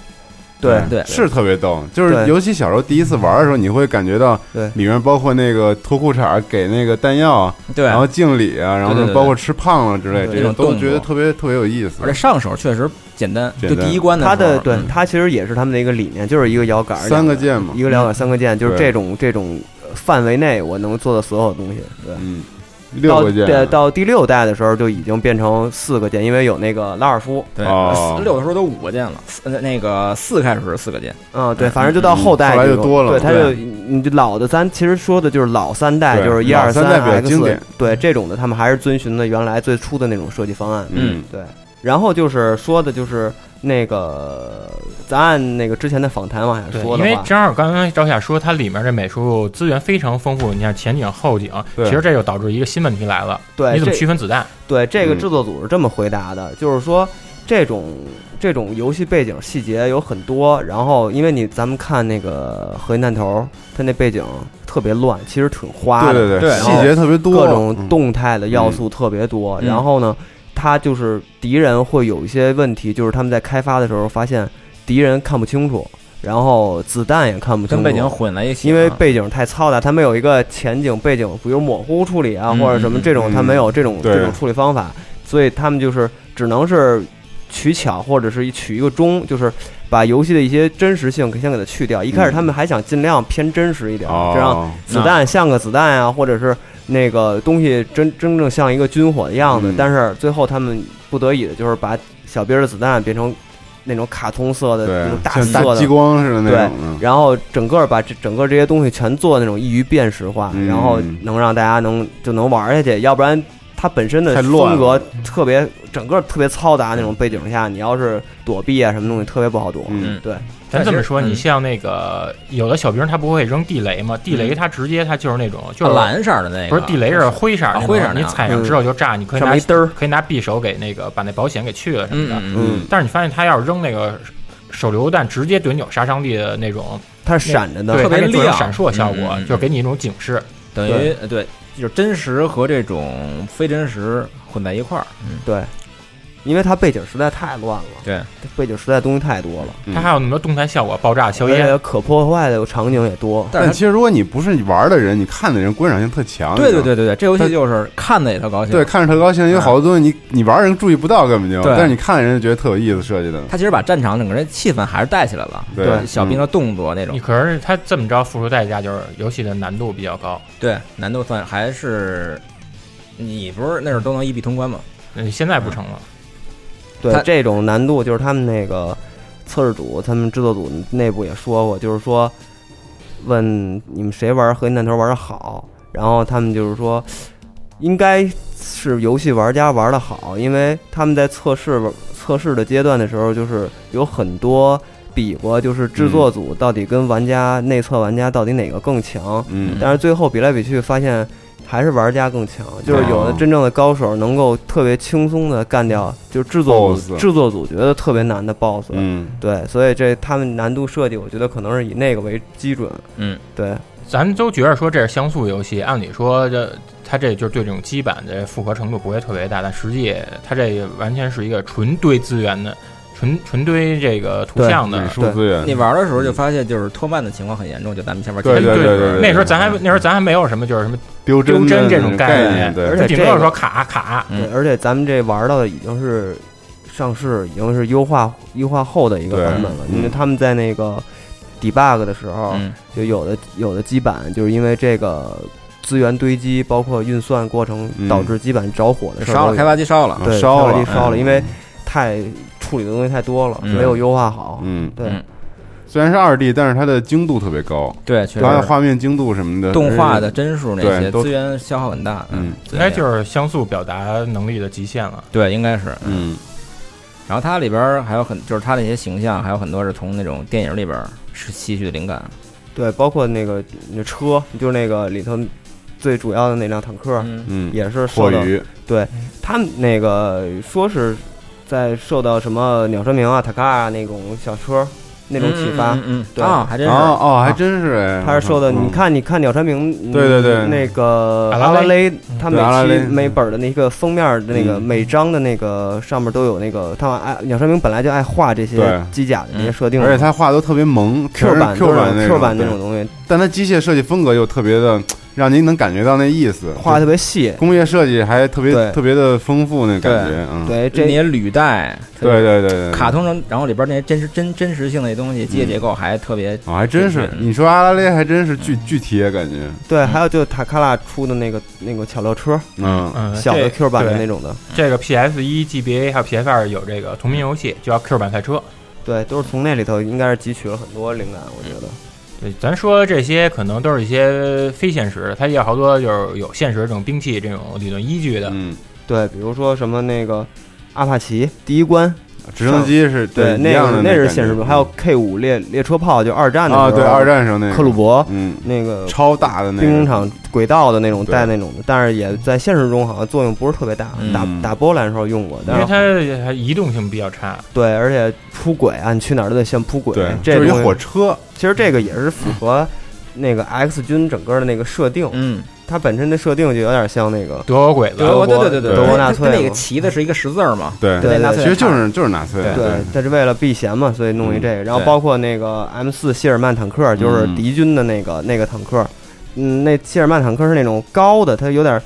Speaker 10: 对，
Speaker 8: 是特别逗，就是
Speaker 10: 对
Speaker 8: 尤其小时候第一次玩的时候，你会感觉到
Speaker 9: 对
Speaker 8: 里面包括那个脱裤衩给那个弹药，
Speaker 10: 对
Speaker 8: 然后敬礼啊，然
Speaker 10: 对
Speaker 8: 后
Speaker 10: 对对
Speaker 8: 包括吃胖了之类，
Speaker 10: 对
Speaker 8: 这
Speaker 10: 这
Speaker 8: 些
Speaker 10: 种
Speaker 8: 都
Speaker 10: 动
Speaker 8: 觉得
Speaker 10: 作
Speaker 8: 特别特别有意思。
Speaker 10: 而且上手确实简单，
Speaker 8: 简
Speaker 10: 就
Speaker 8: 单嗯
Speaker 10: 第一关的时
Speaker 9: 它
Speaker 10: 候嗯
Speaker 9: 的对它其实也是他们的一个理念，就是一个摇杆，
Speaker 8: 三个键嘛
Speaker 9: 一个摇杆三个键，就是
Speaker 8: 对
Speaker 9: 这种这种范围内我能做的所有东西。对，
Speaker 8: 嗯，六个键啊
Speaker 9: 到对到第六代的时候就已经变成四个键，因为有那个拉尔夫。
Speaker 10: 对，
Speaker 8: 哦
Speaker 10: 四六的时候都五个键了，四呃那个四开始是四个键，
Speaker 9: 嗯，对，反正就到后代
Speaker 10: 来
Speaker 9: 这种对，它就你就老的三，其实说的就是老三代，
Speaker 10: 对
Speaker 9: 就是一
Speaker 10: 老
Speaker 9: 二
Speaker 10: 三代比较
Speaker 9: X，
Speaker 10: 经典
Speaker 9: 对这种的，他们还是遵循的原来最初的那种设计方案。
Speaker 8: 嗯
Speaker 9: 对。然后就是说的就是那个，咱按那个之前的访谈往下
Speaker 11: 对，
Speaker 9: 说
Speaker 11: 因
Speaker 9: 的
Speaker 11: 为
Speaker 9: 话，
Speaker 11: 正好刚刚赵夏说，它里面这美术资源非常丰富，你看前景、后景，
Speaker 9: 对
Speaker 11: 其实这就导致一个新问题来了，
Speaker 9: 对
Speaker 11: 你怎么
Speaker 9: 这
Speaker 11: 区分子弹？
Speaker 9: 对这个
Speaker 11: 嗯
Speaker 9: 制作组是这么回答的，就是说这种这种游戏背景细节有很多，然后因为你咱们看那个《核心弹头》，它那背景特别乱，其实挺花的，
Speaker 8: 对对对
Speaker 9: 然后
Speaker 8: 细节特别多
Speaker 9: 各种动态的要素特别多。
Speaker 8: 嗯
Speaker 9: 然后呢，它就是敌人会有一些问题，就是他们在开发的时候发现敌人看不清楚。然后子弹也看不清
Speaker 10: 跟
Speaker 9: 楚，
Speaker 10: 背景混在一起
Speaker 9: 因为
Speaker 10: 啊
Speaker 9: 背景太嘈杂，它没有一个前景背景，比如模糊处理啊，
Speaker 10: 嗯
Speaker 9: 或者什么这种，
Speaker 10: 嗯
Speaker 9: 它没有这种
Speaker 10: 对
Speaker 9: 这种处理方法，所以他们就是只能是取巧，或者是取一个中，就是把游戏的一些真实性给先给它去掉。一开始
Speaker 10: 嗯
Speaker 9: 他们还想尽量偏真实一点，
Speaker 8: 哦
Speaker 9: 这让子弹像个子弹啊，或者是那个东西真真正像一个军火的样
Speaker 10: 嗯
Speaker 9: 子。但是最后他们不得已的就是把小兵的子弹变成。那种卡通色的、
Speaker 8: 对
Speaker 9: 那种大
Speaker 8: 像
Speaker 9: 色
Speaker 8: 大
Speaker 9: 的
Speaker 8: 激光似的那
Speaker 9: 对
Speaker 8: 种嗯
Speaker 9: 然后整个把这整个这些东西全做那种易于辨识化，
Speaker 8: 嗯
Speaker 9: 然后能让大家能就能玩下去，要不然它本身的
Speaker 8: 太乱了
Speaker 9: 风格特别整个特别嘈杂那种背景下，你要是躲避啊什么东西特别不好躲。
Speaker 11: 嗯
Speaker 9: 对，
Speaker 11: 咱这么说，你像那个有的小兵他不会扔地雷嘛？地雷它直接它就是那种就是
Speaker 10: 蓝色的那个
Speaker 11: 不是地雷是灰色儿那种
Speaker 10: 啊灰色儿那
Speaker 11: 你
Speaker 10: 个
Speaker 11: 踩上之后就炸，你可以
Speaker 10: 上
Speaker 11: 拿
Speaker 10: 面一
Speaker 11: 嘚儿，可以拿匕首给那个把那保险给去了什么的。
Speaker 10: 嗯嗯嗯
Speaker 11: 但是你发现他要是扔那个手榴弹，直接对你有杀伤力的那种，
Speaker 9: 它是闪着的
Speaker 11: 对
Speaker 9: 特别
Speaker 11: 它给你做成
Speaker 9: 亮
Speaker 11: 闪烁效果
Speaker 10: 嗯嗯，嗯
Speaker 11: 就给你一种警示。
Speaker 10: 等于呃对，就是真实和这种非真实混在一块儿。
Speaker 9: 对，因为它背景实在太乱了，
Speaker 10: 对，
Speaker 9: 背景实在东西太多了，
Speaker 10: 嗯
Speaker 11: 它还有那么多动态效果，爆炸、消
Speaker 9: 而且
Speaker 11: 烟，
Speaker 9: 可破坏的场景也多。
Speaker 8: 但其实如果你不是玩的人，你看的人观赏性特强。
Speaker 10: 对
Speaker 8: 你
Speaker 10: 对
Speaker 8: 知道
Speaker 10: 对
Speaker 8: 吗
Speaker 10: 对对，这游戏
Speaker 8: 但
Speaker 10: 就是看的也特高兴。
Speaker 8: 对，看着特高兴，因为好多东西你你玩人注意不到，根本就。
Speaker 10: 对
Speaker 8: 但是你看的人就觉得特有意思设计的。
Speaker 10: 他其实把战场整个人气氛还是带起来了，
Speaker 8: 对嗯对
Speaker 10: 小兵的动作那种
Speaker 11: 你，可是它这么着付出代价就是游戏的难度比较高。
Speaker 10: 对难度算还是你不是那时候都能一币通关吗？
Speaker 11: 你呃现在不成了，
Speaker 9: 对
Speaker 10: 它
Speaker 9: 这种难度，就是他们那个测试组、他们制作组内部也说过，就是说问你们谁玩核心弹头玩的好，然后他们就是说应该是游戏玩家玩的好，因为他们在测试测试的阶段的时候，就是有很多。比过就是制作组到底跟玩家、内测玩家到底哪个更强？
Speaker 8: 嗯
Speaker 9: 但是最后比来比去，发现还是玩家更强。就是有
Speaker 10: 啊
Speaker 9: 的
Speaker 8: 哦
Speaker 9: 真正的高手能够特别轻松的干掉，就是制作组
Speaker 8: Boss
Speaker 9: 制作组觉得特别难的 BOSS。
Speaker 8: 嗯，
Speaker 9: 对，所以这他们难度设计，我觉得可能是以那个为基准。
Speaker 10: 嗯，
Speaker 9: 对，
Speaker 11: 咱都觉得说这是像素游戏，按理说这它这就是对这种基板的复合程度不会特别大，但实际它这完全是一个纯堆资源的，纯纯堆这个图像的
Speaker 8: 嗯
Speaker 10: 你玩的时候就发现就是拖慢的情况很严重，就咱们前面嗯
Speaker 11: 对
Speaker 10: 看
Speaker 11: 对那时候咱还那时候咱还没有什么就是什么
Speaker 8: 丢
Speaker 11: 针
Speaker 10: 针的
Speaker 11: 这种念，
Speaker 9: 而且
Speaker 11: 顶
Speaker 9: 这
Speaker 11: 多
Speaker 9: 个
Speaker 11: 是说卡卡。
Speaker 10: 嗯
Speaker 9: 对，而且咱们这玩到的已经是上市，已经是优化优化后的一个
Speaker 11: 对
Speaker 9: 版本了。
Speaker 11: 嗯
Speaker 9: 因为他们在那个 debug 的时候，
Speaker 10: 嗯
Speaker 9: 就有的有的基板就是因为这个。资源堆积，包括运算过程，
Speaker 10: 嗯
Speaker 9: 导致基板着火的事儿
Speaker 10: 烧了
Speaker 9: 都有
Speaker 10: 开发机烧了
Speaker 9: 对，
Speaker 10: 烧
Speaker 9: 开发
Speaker 10: 了
Speaker 9: 机烧了，
Speaker 10: 嗯
Speaker 9: 因为太处理的东西太多了，
Speaker 8: 嗯
Speaker 9: 没有优化好。
Speaker 8: 嗯，
Speaker 9: 对，
Speaker 8: 虽然是二 D，但是它的精度特别高。
Speaker 10: 对确实
Speaker 8: 它的画面精度什么的，嗯
Speaker 10: 动画的帧数那
Speaker 8: 对
Speaker 10: 些
Speaker 8: 都
Speaker 10: 资源消耗很大，
Speaker 8: 嗯
Speaker 10: 资
Speaker 11: 应
Speaker 10: 源
Speaker 11: 该就是像素表达能力的极限了。
Speaker 10: 对，应该是
Speaker 8: 嗯。
Speaker 10: 然后它里边儿还有很，就是它那些形象，还有很多是从那种电影里边儿是吸取的灵感。
Speaker 9: 对，包括那个那车，就是那个里头最主要的那辆坦克，
Speaker 8: 嗯
Speaker 9: 也是受到
Speaker 8: 火鱼
Speaker 9: 对他们那个说是在受到什么鸟山明啊、塔卡啊那种小车那种启发，
Speaker 10: 嗯嗯嗯嗯
Speaker 9: 对
Speaker 10: 啊还真是
Speaker 8: 哦哦还真是哎
Speaker 9: 他是受到
Speaker 8: 嗯
Speaker 9: 你看，你看鸟山明，嗯
Speaker 8: 对对对
Speaker 9: 那个
Speaker 8: 阿拉
Speaker 9: 阿拉
Speaker 8: 蕾
Speaker 9: 蕾，他
Speaker 8: 对阿拉
Speaker 9: 每
Speaker 8: 蕾
Speaker 9: 期每本的那个封面的那个
Speaker 8: 嗯
Speaker 9: 每张的那个上面都有那个，他爱鸟山明本来就爱画这些
Speaker 8: 对
Speaker 9: 机甲的这些设定嘛，
Speaker 8: 而且他画的都特别萌
Speaker 9: Q 版
Speaker 8: Q 版
Speaker 9: 对 Q 版那种东西，
Speaker 8: 但它机械设计风格又特别的，让您能感觉到那意思，
Speaker 9: 画得特别细，
Speaker 8: 工业设计还特别
Speaker 10: 对
Speaker 8: 特别的丰富那感觉，嗯，
Speaker 10: 那些履带，
Speaker 8: 对对对对，
Speaker 10: 卡通人，然后里边那些真实真真实性那些东西，机
Speaker 9: 嗯
Speaker 10: 械结构还特别，
Speaker 8: 哦，还真是，你说阿拉蕾还真是具具体也感觉，
Speaker 9: 对，还有就是塔卡拉出的那个那个巧料车，
Speaker 8: 嗯
Speaker 11: 嗯，
Speaker 9: 小的
Speaker 11: 这
Speaker 9: Q 版的
Speaker 11: 对
Speaker 9: 那种的，
Speaker 11: 这个 PS 一、GBA 还有 PS 二有这个同名游戏，就叫 Q 版赛车。
Speaker 9: 对，都是从那里头应该是汲取了很多灵感，我觉得。
Speaker 11: 对，咱说这些可能都是一些非现实的，它也有好多就是有现实这种兵器这种理论依据的。
Speaker 8: 嗯，
Speaker 9: 对，比如说什么那个阿帕奇第一关，
Speaker 8: 直升机是
Speaker 9: 对
Speaker 8: 一
Speaker 9: 那
Speaker 8: 样的
Speaker 9: 个那
Speaker 8: 感
Speaker 9: 是
Speaker 8: 觉嗯
Speaker 9: 现实中，还有 K 五列列车炮，就二战的时候
Speaker 8: 啊，对，二战时候那个
Speaker 9: 克鲁伯，
Speaker 8: 嗯，
Speaker 9: 那个
Speaker 8: 超大的那个
Speaker 9: 兵工厂轨道的那种
Speaker 8: 对
Speaker 9: 带那种的，但是也在现实中好像作用不是特别大。打打波兰的时候用过，
Speaker 11: 嗯因
Speaker 9: 但
Speaker 11: 为
Speaker 9: 是
Speaker 11: 它还移动性比较差。
Speaker 9: 对，而且出轨啊，你去哪儿都得先铺轨，
Speaker 8: 对
Speaker 9: 这
Speaker 8: 就是一
Speaker 9: 东西
Speaker 8: 火车。
Speaker 9: 其实这个也是符合那个 X 军整个的那个设定，
Speaker 10: 嗯，
Speaker 9: 它本身的设定就有点像那个
Speaker 11: 德国鬼子，
Speaker 10: 德国对对对对，
Speaker 9: 德国纳
Speaker 10: 它
Speaker 9: 粹
Speaker 10: 它那个
Speaker 9: 嘛
Speaker 10: 旗子是一个十字儿嘛，
Speaker 8: 对
Speaker 9: 对
Speaker 10: 纳
Speaker 9: 对
Speaker 10: 粹
Speaker 9: 对
Speaker 10: 的塔
Speaker 8: 就是纳粹
Speaker 9: 对
Speaker 8: 对，
Speaker 9: 这是为了避嫌嘛，所以弄一这个。然后
Speaker 10: 对
Speaker 9: 包括那个 M 四谢尔曼坦克，就是敌军的那个那个坦克，嗯，那谢尔曼坦克是那种高的，它有点儿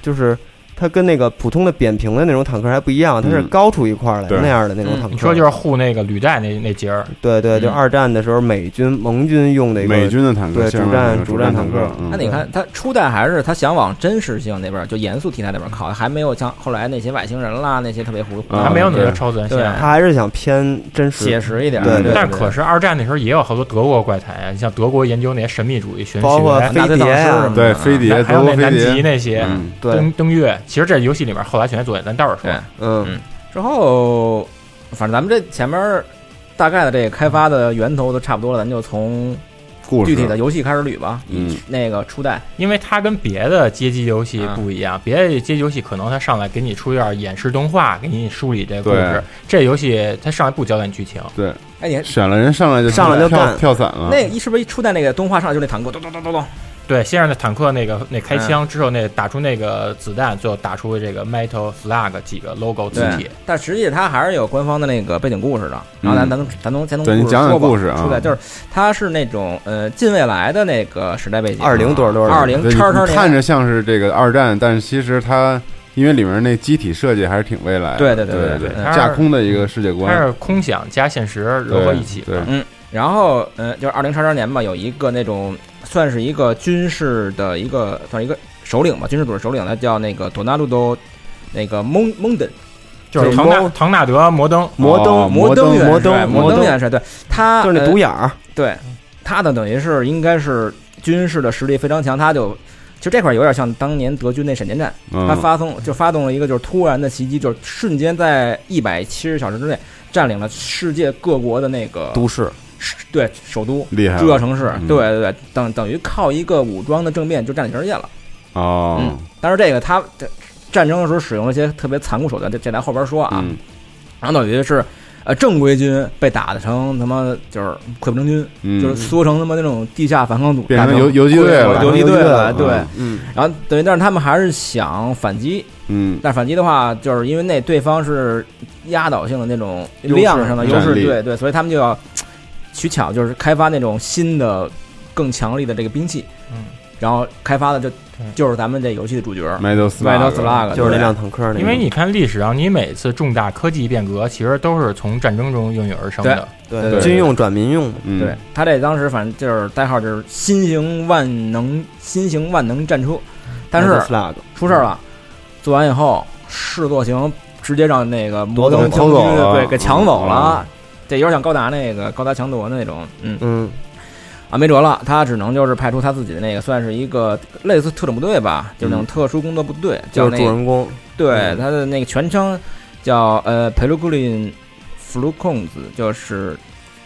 Speaker 9: 就是。它跟那个普通的扁平的那种坦克还不一样，它是
Speaker 11: 嗯
Speaker 9: 高出一块儿来
Speaker 11: 对
Speaker 9: 那样的那种坦克。
Speaker 11: 嗯你说就是护那个履带那那节儿，
Speaker 9: 对对，就
Speaker 11: 嗯
Speaker 9: 二战的时候美军盟军用的一个
Speaker 8: 美军的坦克
Speaker 9: 对
Speaker 8: 谢
Speaker 9: 主
Speaker 8: 尔曼坦克
Speaker 9: 战主
Speaker 8: 主战
Speaker 9: 战
Speaker 8: 坦
Speaker 9: 坦
Speaker 8: 克
Speaker 9: 克。
Speaker 8: 嗯
Speaker 10: 那你看，它初代还是它想往真实性那边儿，就严肃题材那边儿靠，还没有像后来那些外星人啦，那些特别糊，
Speaker 11: 还没有那么
Speaker 10: 啊对
Speaker 11: 超自然现
Speaker 10: 对
Speaker 11: 象，
Speaker 9: 他还是想偏真实
Speaker 10: 写实一点儿
Speaker 9: 对对
Speaker 11: 但
Speaker 9: 对
Speaker 11: 可是二战那时候也有好多德国怪谈呀，你像德国研究那些神秘主义玄学，
Speaker 9: 包括飞碟啊呀
Speaker 8: 对飞碟
Speaker 11: 还有那
Speaker 8: 德国
Speaker 11: 南
Speaker 8: 飞碟
Speaker 11: 极那些
Speaker 8: 嗯，
Speaker 9: 对
Speaker 11: 登登月，其实这游戏里面后来全是做的，咱待会儿说。
Speaker 9: 嗯，
Speaker 10: 之后反正咱们这前面儿大概的这个开发的源头都差不多了，咱就从
Speaker 8: 故事
Speaker 10: 具体的游戏开始捋吧。
Speaker 8: 嗯
Speaker 10: 以那个初代，
Speaker 11: 因为它跟别的街机游戏不一样，别的街机游戏可能它上来给你出一段演示动画，给你梳理这个故
Speaker 8: 对
Speaker 11: 事，这游戏它上来不交代你剧情。
Speaker 8: 对，
Speaker 10: 哎你
Speaker 8: 选了人上来就
Speaker 11: 上来就
Speaker 8: 跳
Speaker 11: 干
Speaker 8: 跳伞了，
Speaker 10: 那一是不是一初代那个动画上来就那坦克咚咚咚咚咚？
Speaker 11: 对，先让那坦克那个那开枪之后，那打出那个子弹，最后打出这个 Metal Slug 几个 logo 字体
Speaker 10: 对。，但实际它还是有官方的那个背景故事的。然后咱咱咱从咱从
Speaker 8: 对你讲讲故事啊
Speaker 10: 出来就是它是那种呃近未来的那个时代背景，
Speaker 9: 20多少多少
Speaker 10: 二零
Speaker 8: 对
Speaker 10: 呃叉叉
Speaker 8: 你看着像是这个二战，但是其实它因为里面那机体设计还是挺未来的，
Speaker 10: 对
Speaker 8: 对
Speaker 10: 对对
Speaker 8: 对
Speaker 10: 对对
Speaker 8: 架空的一个世界观，
Speaker 11: 它是空想加现实糅合一起
Speaker 8: 对
Speaker 11: 的。
Speaker 10: 嗯，然后呃，就是二零叉叉年吧，有一个那种算是一个军事的一个算是一个首领吧，军事组织首领，他叫那个多纳鲁多，那个蒙蒙登，
Speaker 11: 就是唐纳唐纳德摩登
Speaker 10: 摩登
Speaker 11: 哦
Speaker 10: 摩登元帅
Speaker 11: 摩登
Speaker 10: 摩
Speaker 11: 摩登
Speaker 10: 元帅，对他
Speaker 9: 就是那独眼儿，
Speaker 10: 对他呢等于是应该是军事的实力非常强，他就。就这块儿有点像当年德军那闪电战，
Speaker 2: 嗯
Speaker 10: 他发动就发动了一个就是突然的袭击，就是瞬间在一百七十小时之内占领了世界各国的那个
Speaker 9: 都市，
Speaker 10: 对首都
Speaker 8: 厉害了
Speaker 10: 主要城市，
Speaker 8: 嗯
Speaker 10: 对对对，等等于靠一个武装的政变就占领全世界了。
Speaker 8: 哦
Speaker 10: 嗯，，但是这个他这战争的时候使用了一些特别残酷手段，这这咱后边说啊。
Speaker 8: 嗯
Speaker 10: 然后等于是，呃，正规军被打的成他妈就是溃不成军，
Speaker 8: 嗯
Speaker 10: 就是缩成他妈那种地下反抗组，
Speaker 8: 变成
Speaker 10: 打
Speaker 8: 游游击队了
Speaker 10: 游击队
Speaker 8: 游
Speaker 10: 了，
Speaker 8: 击队
Speaker 10: 对
Speaker 8: 了，嗯，
Speaker 10: 然后等于但是他们还是想反击。
Speaker 8: 嗯，
Speaker 10: 但是反击的话，就是因为那对方是压倒性的那种
Speaker 9: 优势
Speaker 10: 量上的优势，
Speaker 9: 战力
Speaker 10: 对对，所以他们就要取巧，就是开发那种新的、更强力的这个兵器，
Speaker 11: 嗯，
Speaker 10: 然后开发的就就是咱们这游戏的主角
Speaker 8: Metal Slug
Speaker 10: Metal Slug，
Speaker 9: 就是那
Speaker 10: 对
Speaker 9: 辆坦克那个
Speaker 11: 因为你看历史上，你每次重大科技变革，其实都是从战争中应运而生的。
Speaker 10: 对对对军
Speaker 9: 用转民用，
Speaker 8: 嗯
Speaker 10: 对他这当时反正就是代号就是新型万能新型万能战车，但是
Speaker 9: Metal Slug
Speaker 10: 出事儿了，做完以后试做型直接让那个摩
Speaker 9: 夺
Speaker 10: 登
Speaker 9: 走
Speaker 10: 将
Speaker 9: 偷走
Speaker 10: 军
Speaker 9: 了
Speaker 10: 对给抢走了
Speaker 9: 嗯，
Speaker 10: 这有点像高达那个高达强夺的那种，嗯
Speaker 9: 嗯。
Speaker 10: 啊，没辙了，他只能就是派出他自己的那个，算是一个类似特种部队吧，就是那种特殊工作部队，
Speaker 9: 嗯
Speaker 10: 叫
Speaker 9: 就是
Speaker 10: 那
Speaker 9: 主人公，
Speaker 10: 对
Speaker 9: 嗯，
Speaker 10: 他的那个全称叫呃佩鲁古林弗鲁控子，就是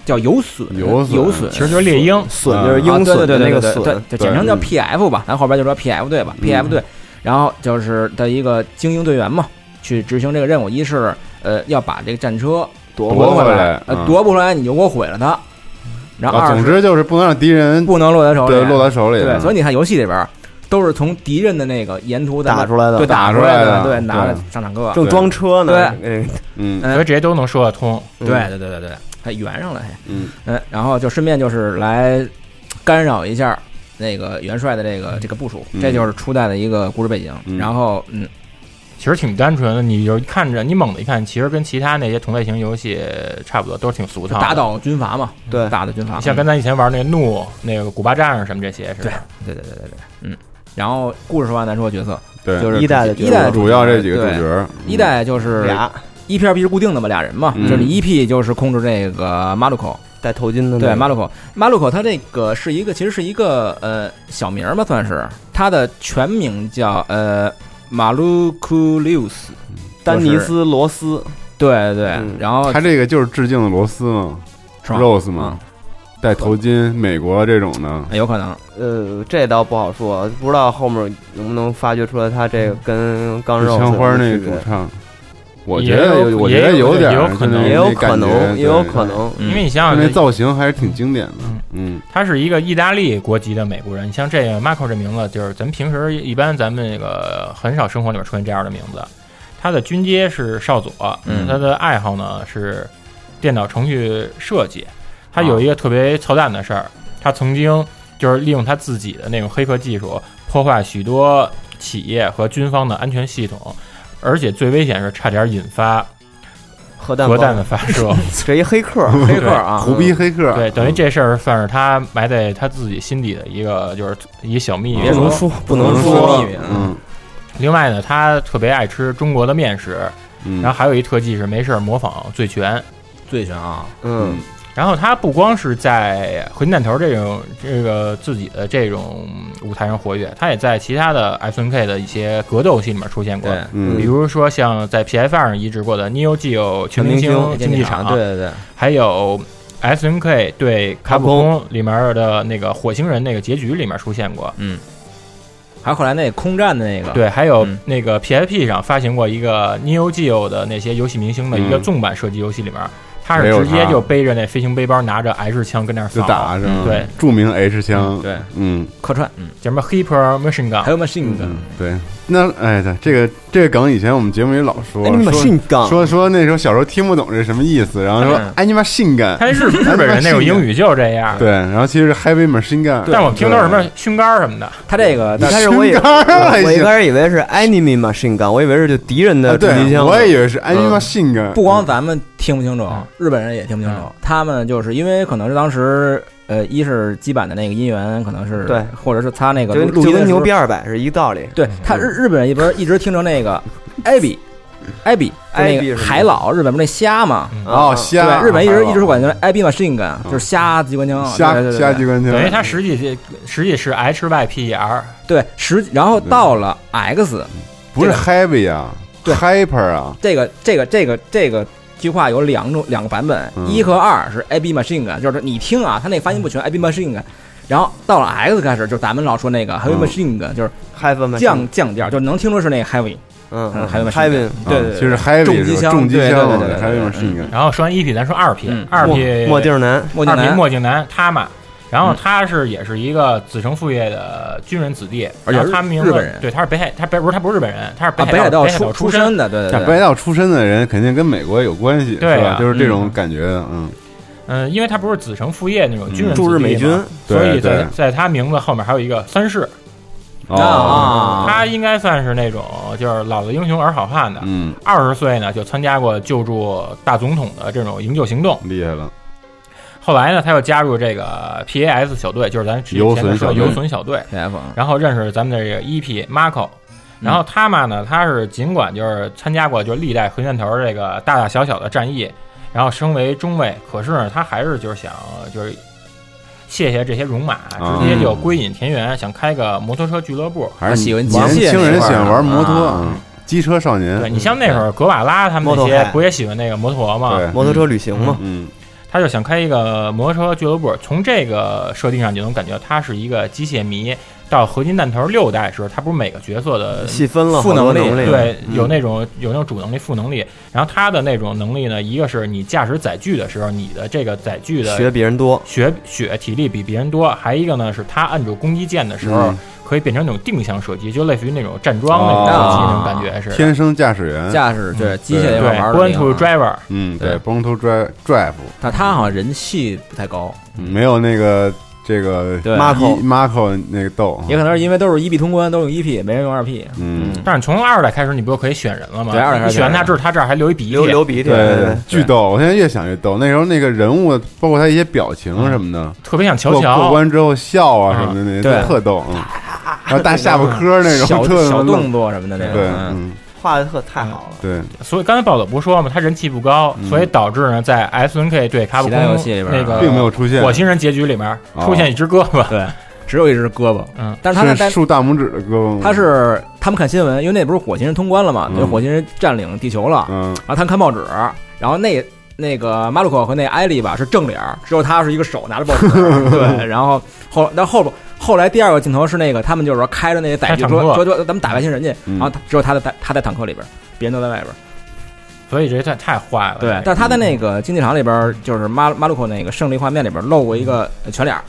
Speaker 10: 叫游隼，
Speaker 8: 游隼
Speaker 10: 游隼，
Speaker 8: 其实就是猎鹰隼就是鹰
Speaker 10: 啊对对对对
Speaker 8: 隼的那个
Speaker 10: 对对对
Speaker 8: 隼
Speaker 10: 对就简称
Speaker 8: 对
Speaker 10: 叫
Speaker 8: 嗯
Speaker 10: PF 吧，咱后边就说 PF 队吧，PF 队，然后就是的一个精英队员嘛，去执行这个任务，一是呃要把这个战车夺
Speaker 8: 夺回
Speaker 10: 回
Speaker 8: 来
Speaker 10: 呃
Speaker 8: 嗯
Speaker 10: 夺不回来你就给我毁了它，然后
Speaker 8: 啊
Speaker 10: 二
Speaker 8: 总
Speaker 10: 是
Speaker 8: 之就是不能让敌人
Speaker 10: 不能落在手里，
Speaker 8: 对落在手里，
Speaker 10: 对，
Speaker 8: 嗯
Speaker 10: 所以你看游戏里边儿都是从敌人的那个沿途咱们
Speaker 9: 打出来的
Speaker 10: 对，
Speaker 8: 打
Speaker 10: 打
Speaker 8: 出
Speaker 10: 出来
Speaker 8: 来的
Speaker 10: 对，拿
Speaker 8: 对
Speaker 10: 着上坦克，啊
Speaker 9: 正装车呢
Speaker 10: 对，
Speaker 9: 对，嗯
Speaker 8: 嗯
Speaker 11: 所以这些都能说得通。
Speaker 10: 对对对对对，还圆上了还。
Speaker 8: 嗯
Speaker 10: 嗯，然后就顺便就是来干扰一下那个元帅的这个这个部署，
Speaker 11: 嗯
Speaker 10: 这就是初代的一个故事背景。然后嗯，
Speaker 11: 其实挺单纯的，你就看着你猛的一看，其实跟其他那些同类型游戏差不多，都是挺俗
Speaker 10: 就
Speaker 11: 套的。
Speaker 10: 打倒军阀嘛，
Speaker 9: 对，
Speaker 10: 打的军阀。
Speaker 11: 像
Speaker 10: 嗯
Speaker 11: 跟咱以前玩那个怒、那个古巴战士什么这些似的。
Speaker 10: 对对对对对，嗯。然后故事说完，咱说角色，
Speaker 8: 对
Speaker 10: 就是
Speaker 8: 一代的角色
Speaker 10: 一代的
Speaker 8: 主要这几个
Speaker 10: 对
Speaker 8: 主角嗯
Speaker 10: 一代就是
Speaker 8: 俩
Speaker 10: 一 P 二 P 是固定的嘛，俩人嘛，
Speaker 8: 嗯
Speaker 10: 就是你一 P 就是控制这个马鲁口
Speaker 9: 戴头巾的那个
Speaker 10: 对马鲁口，马鲁口他这个是一个其实是一个呃小名儿吧，算是他的全名叫呃马鲁库利乌斯，
Speaker 9: 丹尼
Speaker 10: 就是
Speaker 9: 斯罗斯，
Speaker 10: 对对，然后
Speaker 8: 他这个就是致敬的罗斯嘛
Speaker 10: 是吧嗯
Speaker 8: ，Rose 嘛，戴头巾，美国这种的，
Speaker 10: 啊哎有可能。
Speaker 9: 呃，这倒不好说，不知道后面能不能发掘出来他这个跟刚肉
Speaker 8: 枪花那
Speaker 9: 那
Speaker 8: 主唱，我觉得我觉得点儿就那
Speaker 9: 也有
Speaker 8: 那
Speaker 9: 可
Speaker 8: 感觉
Speaker 9: 能，也有
Speaker 8: 对
Speaker 9: 可能，
Speaker 10: 嗯
Speaker 11: 因为你想想
Speaker 8: 那造型还是挺经典的，嗯，
Speaker 11: 他是一个意大利国籍的美国人。你像这个 Marco 这名字，就是咱们平时一般咱们那个很少生活里面出现这样的名字。他的军阶是少佐，
Speaker 10: 嗯
Speaker 11: 他的爱好呢是电脑程序设计。
Speaker 9: 啊
Speaker 11: 他有一个特别操蛋的事儿，他曾经就是利用他自己的那种黑客技术破坏许多企业和军方的安全系统，而且最危险是差点引发
Speaker 9: 核弹
Speaker 11: 核
Speaker 9: 爆
Speaker 11: 弹的发 射。
Speaker 9: 这一 黑客，黑客啊，
Speaker 8: 胡逼黑客，嗯
Speaker 11: 对，等于这事儿算是他埋在他自己心底的一个，就是一个小秘密。
Speaker 9: 不能说不能
Speaker 8: 能
Speaker 9: 说
Speaker 8: 说，嗯，
Speaker 11: 另外呢，他特别爱吃中国的面食，
Speaker 8: 嗯
Speaker 11: 然后还有一特技是没事儿模仿醉拳。
Speaker 10: 醉拳啊，
Speaker 9: 嗯，
Speaker 11: 然后他不光是在合金弹头这种这个自己的这种舞台上活跃，他也在其他的 S N K 的一些格斗戏里面出现过
Speaker 10: 对，
Speaker 8: 嗯
Speaker 11: 比如说像在 P F 上移植过的 Neo Geo 嗯全明星竞技场，啊
Speaker 10: 对对对，
Speaker 11: 还有 S N K 对卡普空里面的那个火星人那个结局里面出现过，
Speaker 10: 嗯，还有后来那空战的那个，
Speaker 11: 对，还有
Speaker 10: 嗯
Speaker 11: 那个 P S P 上发行过一个 Neo Geo 的那些游戏明星的一个
Speaker 8: 嗯
Speaker 11: 纵版射击游戏里面，他
Speaker 8: 没
Speaker 11: 是
Speaker 8: 有
Speaker 11: 直接
Speaker 8: 他
Speaker 11: 就背着那飞行背包，拿着 H 枪跟那儿
Speaker 8: 就
Speaker 11: 扫，
Speaker 8: 打是吧？
Speaker 11: 对，
Speaker 8: 著名 H 枪，
Speaker 10: 对，
Speaker 8: 嗯，
Speaker 10: 客串，嗯，
Speaker 11: 叫什么 Hyper Machine
Speaker 10: 还
Speaker 11: Gun，
Speaker 10: 有 machine gun，
Speaker 8: 对，那哎对，这个这个梗以前我们节目里老说，
Speaker 9: 哎你把信
Speaker 8: 说
Speaker 9: 杠
Speaker 8: 说说那时候小时候听不懂这什么意思，然后说
Speaker 10: 嗯
Speaker 8: 哎你妈性感，
Speaker 11: 他日日本人那种英语就是这样，
Speaker 8: 对，然后其实是 heavy machine gun，
Speaker 11: 但我们听到什么胸杆什么的，
Speaker 10: 他这个，
Speaker 9: 一
Speaker 10: 但
Speaker 9: 开始我也
Speaker 8: 胸杆 儿还行
Speaker 9: 我一开始以为是 enemy machine gun，我以为是就敌人
Speaker 8: 哎啊
Speaker 9: 的狙击
Speaker 8: 对，
Speaker 9: 枪，
Speaker 8: 我也以为是哎 enemy machine gun，
Speaker 10: 不光咱们听不清楚，日本人也听不清楚。他们就是因为可能是当时，呃，一是基版的那个音源可能是
Speaker 9: 对
Speaker 10: 或者是他那个
Speaker 9: 就
Speaker 10: 录
Speaker 9: 就
Speaker 10: 音的
Speaker 9: 跟
Speaker 10: 时
Speaker 9: 牛
Speaker 10: 候
Speaker 9: 逼，二百是一个道理。
Speaker 10: 对他日日本人一边一直听着那个艾比，艾比就那
Speaker 9: Abby 是
Speaker 10: 个
Speaker 9: 什么
Speaker 10: 海老日本不是那虾嘛，嗯
Speaker 8: 哦
Speaker 10: 啊对吧
Speaker 8: 瞎，
Speaker 10: 日本一直一直管叫艾比嘛 machine gun，就是虾机关枪，啊对
Speaker 8: 嗯瞎
Speaker 10: 对对
Speaker 8: 瞎机关枪，
Speaker 11: 等于他实际实际是 H Y P E R，
Speaker 10: 对实际，然后
Speaker 8: 嗯
Speaker 10: 到了 X
Speaker 8: 不是
Speaker 10: 这个
Speaker 8: heavy 啊
Speaker 10: 对
Speaker 8: ，hyper 啊，
Speaker 10: 这个这个这个这个句话有两种两个版本，
Speaker 8: 嗯
Speaker 10: 一和二是 A B machine gun，就是你听啊，它那个发音不全 A B machine gun，然后到了 X 开始，就是咱们老说那个 heavy
Speaker 8: 嗯
Speaker 10: machine gun，就是
Speaker 9: 嗨翻吧，
Speaker 10: 降降调，就能听出是那个 heavy，
Speaker 9: 嗯
Speaker 10: 嗯，heavy
Speaker 9: 嗯
Speaker 10: machine
Speaker 9: ，heavy
Speaker 10: gun，对对
Speaker 8: 啊
Speaker 10: 对，
Speaker 8: 其实 heavy
Speaker 10: 重
Speaker 8: 是
Speaker 10: 机
Speaker 8: 吧
Speaker 10: 枪，
Speaker 8: 重机
Speaker 10: 对
Speaker 8: 枪
Speaker 10: 对对对对对
Speaker 8: ，heavy machine gun，
Speaker 11: 然后说完一匹，咱说二匹
Speaker 10: 嗯，
Speaker 11: 二
Speaker 9: 墨
Speaker 11: 匹
Speaker 9: 墨镜男，
Speaker 10: 墨镜
Speaker 11: 二匹
Speaker 10: 男，
Speaker 11: 墨镜男他嘛，然后他是也是一个子承父业的军人子弟，
Speaker 10: 而且
Speaker 11: 然后他
Speaker 10: 日
Speaker 11: 名
Speaker 10: 日
Speaker 11: 字
Speaker 10: 本人
Speaker 11: 对，他是北海，他北不是他不是日本人，他是
Speaker 10: 啊，北
Speaker 11: 海
Speaker 10: 海
Speaker 11: 道
Speaker 10: 道
Speaker 11: 北海
Speaker 10: 出
Speaker 11: 道出
Speaker 10: 身的，对对
Speaker 8: 但
Speaker 10: 对，
Speaker 8: 北岛出身的人肯定跟美国有关系，
Speaker 11: 对
Speaker 8: 是吧？
Speaker 11: 啊
Speaker 8: 就是这种感觉的，嗯，
Speaker 11: 嗯，因为他不是子承父业那种军人子弟嘛，
Speaker 9: 驻日美军
Speaker 11: 所以
Speaker 8: 对
Speaker 11: 在
Speaker 8: 对
Speaker 11: 在他名字后面还有一个三世，
Speaker 10: 啊
Speaker 8: 哦，
Speaker 11: 他应该算是那种就是老子英雄儿好汉的。
Speaker 8: 嗯，
Speaker 11: 二十岁呢，就参加过救助大总统的这种营救行动。
Speaker 8: 厉害了，
Speaker 11: 后来呢，他又加入这个 PAS 小队，就是咱之前
Speaker 8: 游隼
Speaker 11: 说
Speaker 8: 小
Speaker 11: 的
Speaker 8: 队
Speaker 11: 游隼小队。
Speaker 10: F，
Speaker 11: 然后认识咱们的这个 EP Marco。然后他嘛呢，他是尽管就是参加过就是历代核弹头这个大大小小的战役，然后升为中尉，可是呢，他还是就是想就是卸下这些戎马，
Speaker 8: 啊
Speaker 11: 直接就归隐田园，想开个摩托车俱乐部。
Speaker 8: 还是
Speaker 10: 啊喜欢机
Speaker 8: 年
Speaker 10: 械
Speaker 8: 轻
Speaker 10: 那
Speaker 8: 人
Speaker 10: 块儿
Speaker 8: 喜欢玩摩托，
Speaker 10: 啊
Speaker 8: 嗯机车少年，
Speaker 11: 对你像那会儿格瓦拉他们那些
Speaker 9: Motorhead
Speaker 11: 不也喜欢那个摩托嘛，
Speaker 8: 对，
Speaker 9: 摩托车旅行嘛，
Speaker 8: 嗯，
Speaker 11: 他就想开一个摩托车俱乐部。从这个设定上，你就能感觉他是一个机械迷。到合金弹头六代时，他不是每个角色的
Speaker 8: 嗯
Speaker 9: 细分了
Speaker 10: 赋
Speaker 9: 好多
Speaker 10: 能力
Speaker 9: 能力，
Speaker 11: 对，有那种有那种主能力、副能力。然后他的那种能力呢，一个是你驾驶载具的时候，你的这个载具的
Speaker 9: 学别人多，
Speaker 11: 学血体力比别人多；还一个呢是他按住攻击键的时候，
Speaker 8: 嗯
Speaker 11: 可以变成那种定向射击，就类似于那种站桩那种射击那种感觉是。
Speaker 8: 天生驾驶员，
Speaker 10: 驾驶对机械
Speaker 8: 对
Speaker 10: 这块
Speaker 11: 对
Speaker 10: 玩
Speaker 11: ，Born
Speaker 10: 的，
Speaker 11: to
Speaker 10: 啊
Speaker 11: Driver，
Speaker 8: 嗯，
Speaker 10: 对
Speaker 8: 对，born to drive drive，
Speaker 10: 但他好像人气不太高，
Speaker 8: 没有那个这个
Speaker 10: 嗯对
Speaker 9: Marco
Speaker 8: Marco 那个逗，
Speaker 10: 也可能是因为都是一 B 通关，都用一 P，没人用二 P，
Speaker 8: 嗯，
Speaker 11: 但是从二代开始，你不就可以选人了吗？
Speaker 10: 对二代开始
Speaker 11: 你选完他之后，他这儿还流一鼻涕，
Speaker 9: 流流鼻涕，
Speaker 8: 对，巨逗，我现在越想越逗。那时候那个人物，包括他一些表
Speaker 10: 嗯
Speaker 8: 情什么的，
Speaker 11: 特别像
Speaker 8: 过
Speaker 11: 乔
Speaker 8: 过
Speaker 11: 乔。
Speaker 8: 关之后笑啊什么的，那
Speaker 10: 对
Speaker 8: 都特逗，嗯，然后大下巴颏那种
Speaker 10: 小
Speaker 8: 特
Speaker 10: 小动
Speaker 8: 愣，
Speaker 10: 作什么的那
Speaker 8: 对，
Speaker 10: 种，
Speaker 8: 嗯，
Speaker 9: 画的特太好了。
Speaker 8: 对，
Speaker 11: 所以刚才暴走不说嘛，他人气不高，所以导致呢，在 S N K 对卡普
Speaker 10: 其他游
Speaker 11: 空
Speaker 10: 戏里边
Speaker 11: 那个
Speaker 8: 并没有出现
Speaker 11: 火星人结局里面
Speaker 8: 哦
Speaker 11: 出现一只胳膊，
Speaker 10: 对，只有一只胳膊，
Speaker 11: 嗯，
Speaker 10: 但是他在
Speaker 8: 竖大拇指的胳膊吗？
Speaker 10: 他是他们看新闻，因为那不是火星人通关了嘛，
Speaker 8: 嗯
Speaker 10: 就火星人占领地球了，
Speaker 8: 嗯，
Speaker 10: 然后他们看报纸，然后那那个马鲁克和那艾丽吧是正脸，只有他是一个手拿着报纸， 对，然后后那后后来第二个镜头是那个他们就是说开着那个载具
Speaker 11: 开坦
Speaker 10: 说
Speaker 11: 克
Speaker 10: 说说咱们打外星人去，
Speaker 8: 嗯
Speaker 10: 然后他只有他在他在坦克里边，别人都在外边。
Speaker 11: 所以这太太
Speaker 8: 哎
Speaker 11: 坏了。
Speaker 10: 对，但是他在那个竞技场里边儿，就是马马鲁克那个胜利画面里边儿露过一个呃全脸儿，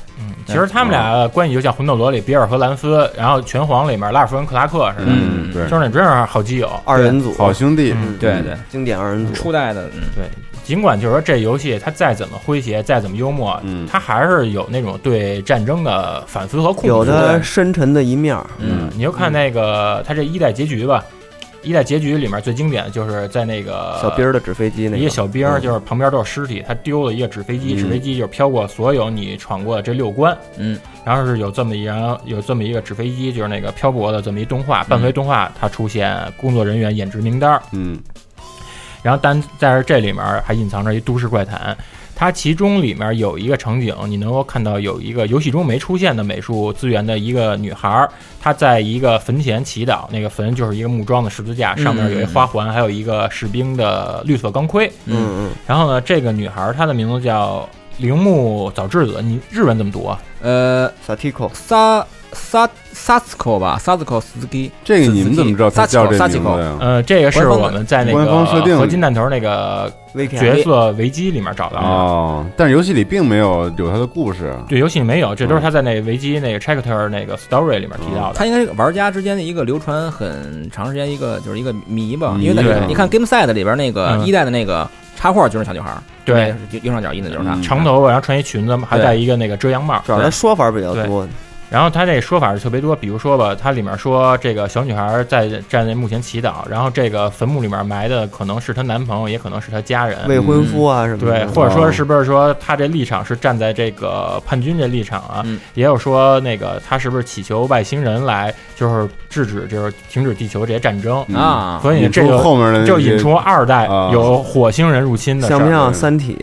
Speaker 11: 其实他们俩关系就像《魂斗罗》里比尔和兰斯，然后《拳皇》里面拉尔夫人克拉克似的，
Speaker 10: 嗯
Speaker 8: 对
Speaker 11: 就是你真是好基友，
Speaker 9: 二人组，
Speaker 8: 好兄弟，
Speaker 11: 嗯
Speaker 10: 对对，
Speaker 9: 经典二人组，
Speaker 10: 初代的，嗯，
Speaker 11: 对，尽管就是说这游戏它再怎么诙谐，再怎么幽默，
Speaker 8: 嗯
Speaker 11: 它还是有那种对战争的反思和控制。
Speaker 9: 有它深沉的一面儿，
Speaker 10: 嗯，
Speaker 11: 你就看那个它这一代结局吧，一代结局里面最经典的就是在那个
Speaker 9: 小兵儿的纸飞机那
Speaker 11: 一个
Speaker 9: 个，
Speaker 11: 小兵儿，就是旁边都是尸体，他丢了一个纸飞机，
Speaker 8: 嗯
Speaker 11: 纸飞机就是飘过所有你闯过的这六关，
Speaker 10: 嗯，
Speaker 11: 然后是有这么一人有这么一个纸飞机，就是那个漂泊的这么一动画，伴随动画它出现工作人员演职名单儿，
Speaker 8: 嗯
Speaker 11: 然后单但是这里面还隐藏着一都市怪谈。它其中里面有一个场景，你能够看到有一个游戏中没出现的美术资源的一个女孩儿，她在一个坟前祈祷，那个坟就是一个木桩的十字架，上面有一花环，还有一个士兵的绿色钢盔。
Speaker 9: 嗯
Speaker 11: 然后呢，这个女孩儿她的名字叫铃木早智子，你日文怎么读啊？
Speaker 10: 呃
Speaker 9: 嗯，，Satiko
Speaker 10: 萨萨萨斯科吧，萨斯科斯基，
Speaker 8: 这个你们怎么知道他叫这名字
Speaker 10: 嗯
Speaker 8: 呀？
Speaker 11: 呃，这个是
Speaker 10: 官方的
Speaker 11: 我们在那
Speaker 8: 官
Speaker 11: 个
Speaker 8: 方设定
Speaker 11: 合金弹头那个
Speaker 9: VK，
Speaker 11: 角色维基里面找到的。
Speaker 8: 哦，但是游戏里并没有有他的故事，
Speaker 11: 对，游戏里没有，这都是他在那维基那个 Chapter 那个 Story 里面提到的。
Speaker 10: 他应该是玩家之间的一个流传很长时间一个就是一个谜吧，
Speaker 8: 谜
Speaker 10: 因
Speaker 8: 啊
Speaker 10: 为在
Speaker 8: 对
Speaker 10: 你看 Game Set 里边那个
Speaker 11: 嗯
Speaker 10: 一代的那个插画就是那小女孩儿，
Speaker 11: 对，
Speaker 10: 那个右上角印的就是她，
Speaker 8: 嗯
Speaker 11: 长头发，然后穿一裙子，还戴一个那个遮阳帽。
Speaker 9: 主要它说法比较
Speaker 11: 对
Speaker 9: 多，
Speaker 11: 然后他这说法是特别多，比如说吧，它里面说这个小女孩在站在墓前祈祷，然后这个坟墓里面埋的可能是她男朋友，也可能是她家人。
Speaker 9: 未婚夫啊什么
Speaker 11: 嗯对，
Speaker 9: 的，
Speaker 11: 或者说是不是说他这立场是站在这个叛军这立场啊？
Speaker 10: 嗯
Speaker 11: 也有说那个他是不是祈求外星人来，就是制止，就是停止地球这些战争。
Speaker 8: 嗯
Speaker 10: 啊，
Speaker 11: 所以
Speaker 8: 引
Speaker 11: 这
Speaker 8: 出
Speaker 11: 个
Speaker 8: 后面的那
Speaker 11: 就
Speaker 8: 些
Speaker 11: 引出二代
Speaker 8: 啊
Speaker 11: 有火星人入侵的事
Speaker 9: 像不
Speaker 11: 儿。
Speaker 9: 像《三体》？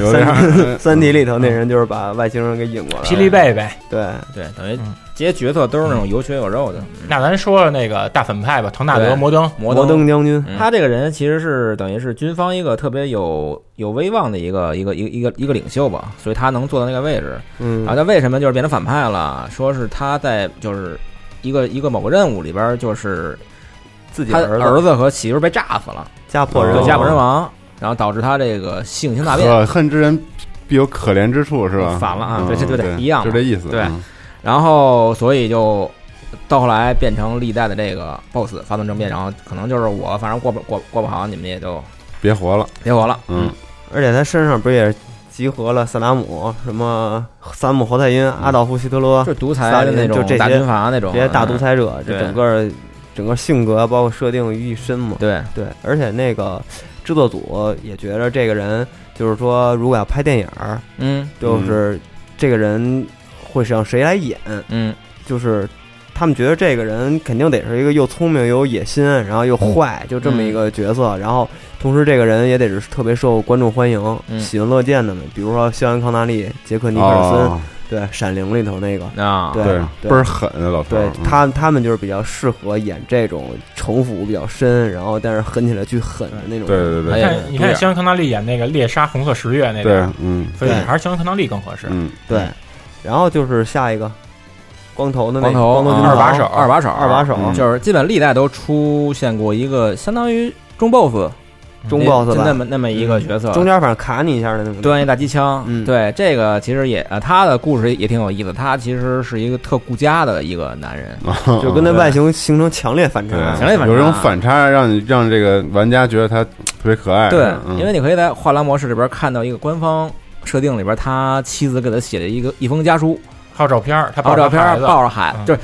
Speaker 8: 有点 儿
Speaker 9: 《三体》里头那人就是把外星人给引过来，
Speaker 11: 霹雳贝贝，
Speaker 9: 对，
Speaker 10: 对，等于
Speaker 11: 嗯
Speaker 10: 这些角色都是那种有血有肉的，
Speaker 11: 那咱说说那个大反派吧，唐纳
Speaker 10: 对
Speaker 11: 德·摩登。
Speaker 10: 摩
Speaker 9: 摩
Speaker 10: 登嗯
Speaker 9: 登将军，
Speaker 10: 他这个人其实是等于是军方一个特别有有威望的一个一个一个一个一个领袖吧，所以他能坐到那个位置。
Speaker 9: 嗯
Speaker 10: 啊，，那为什么就是变成反派了？说是他在就是一个一个某个任务里边儿，就是
Speaker 9: 自己
Speaker 10: 他
Speaker 9: 儿
Speaker 10: 儿子和媳妇儿被炸死了，
Speaker 9: 家破人
Speaker 8: 哦
Speaker 10: 对，
Speaker 9: 亡，
Speaker 10: 家破人亡，然后导致他这个性情大
Speaker 9: 嗯
Speaker 10: 变。
Speaker 8: 可恨之人必有可怜之处，是吧？
Speaker 10: 反了啊
Speaker 8: 嗯
Speaker 10: 对这就得一样嘛
Speaker 8: 就这意思。
Speaker 10: 对
Speaker 8: 嗯
Speaker 10: 然后所以就到后来变成历代的这个 BOSS 发动政变，然后可能就是我反正过不过过不好，你们也就
Speaker 8: 别活了，
Speaker 10: 别活了。
Speaker 8: 嗯，
Speaker 9: 而且他身上不是也集合了萨达姆、什么萨姆侯赛因、阿道夫希特勒
Speaker 10: 就独裁的那嗯
Speaker 9: 就
Speaker 10: 种
Speaker 9: 这些
Speaker 10: 大军阀那种
Speaker 9: 这些大独
Speaker 10: 嗯
Speaker 9: 裁者，
Speaker 10: 对
Speaker 9: 这整个整个性格啊包括设定于一身嘛。
Speaker 10: 对，
Speaker 9: 对，而且那个制作组也觉得这个人就是说，如果要拍电影儿，
Speaker 10: 嗯
Speaker 9: 就是这个人会是让谁来演，
Speaker 10: 嗯
Speaker 9: 就是他们觉得这个人肯定得是一个又聪明又有野心，然后又坏，就这么一个角色。然后同时这个人也得是特别受观众欢迎、
Speaker 10: 嗯
Speaker 9: 喜闻乐见的嘛，比如说肖恩康纳利、杰克尼克尔森，
Speaker 8: 哦，
Speaker 9: 对《闪灵》里头那个，
Speaker 10: 啊，
Speaker 9: 对
Speaker 8: 对，
Speaker 9: 对
Speaker 8: 倍儿狠啊，老头
Speaker 9: 对
Speaker 8: 儿。嗯
Speaker 9: 他他们就是比较适合演这种城府比较深，然后但是狠起来巨狠的那种。
Speaker 8: 对
Speaker 10: 哎
Speaker 8: 对对
Speaker 10: 呀
Speaker 11: 看
Speaker 10: 对
Speaker 11: 你看肖恩·康纳利演那个猎杀红色十月那
Speaker 8: 对
Speaker 11: 个，，
Speaker 8: 嗯
Speaker 11: 所以
Speaker 9: 对
Speaker 11: 还是肖恩·康纳利更合适。
Speaker 8: 嗯，
Speaker 9: 对然后就是下一个光头的那
Speaker 10: 光
Speaker 9: 个
Speaker 10: 头
Speaker 9: 光头
Speaker 10: 啊
Speaker 9: 军
Speaker 11: 二把
Speaker 9: 团
Speaker 11: 手
Speaker 10: 二把手，
Speaker 9: 二把手
Speaker 8: 嗯
Speaker 10: 就是基本历代都出现过一个相当于中 boss
Speaker 9: 中 boss
Speaker 10: 就那
Speaker 9: 吧，嗯
Speaker 10: 么那么一个角色，
Speaker 9: 中间反正卡你一下的那种。
Speaker 10: 端一大机枪。
Speaker 9: 嗯
Speaker 10: 对，这个其实也呃，他的故事也挺有意思。他其实是一个特顾家的一个男人，
Speaker 9: 就跟那外形形成强烈反差。
Speaker 8: 哦
Speaker 9: 啊
Speaker 8: 对，
Speaker 10: 强烈反差啊
Speaker 8: 有这种反差，让你让这个玩家觉得他特别可爱。
Speaker 10: 对，
Speaker 8: 嗯
Speaker 10: 因为你可以在画廊模式里边看到一个官方。设定里边，他妻子给他写了一个一封家书，
Speaker 11: 还有照片儿，他
Speaker 10: 然后
Speaker 11: 抱
Speaker 10: 啊照
Speaker 11: 着
Speaker 10: 片
Speaker 11: 孩子
Speaker 10: 抱着孩子，
Speaker 11: 嗯
Speaker 10: 就是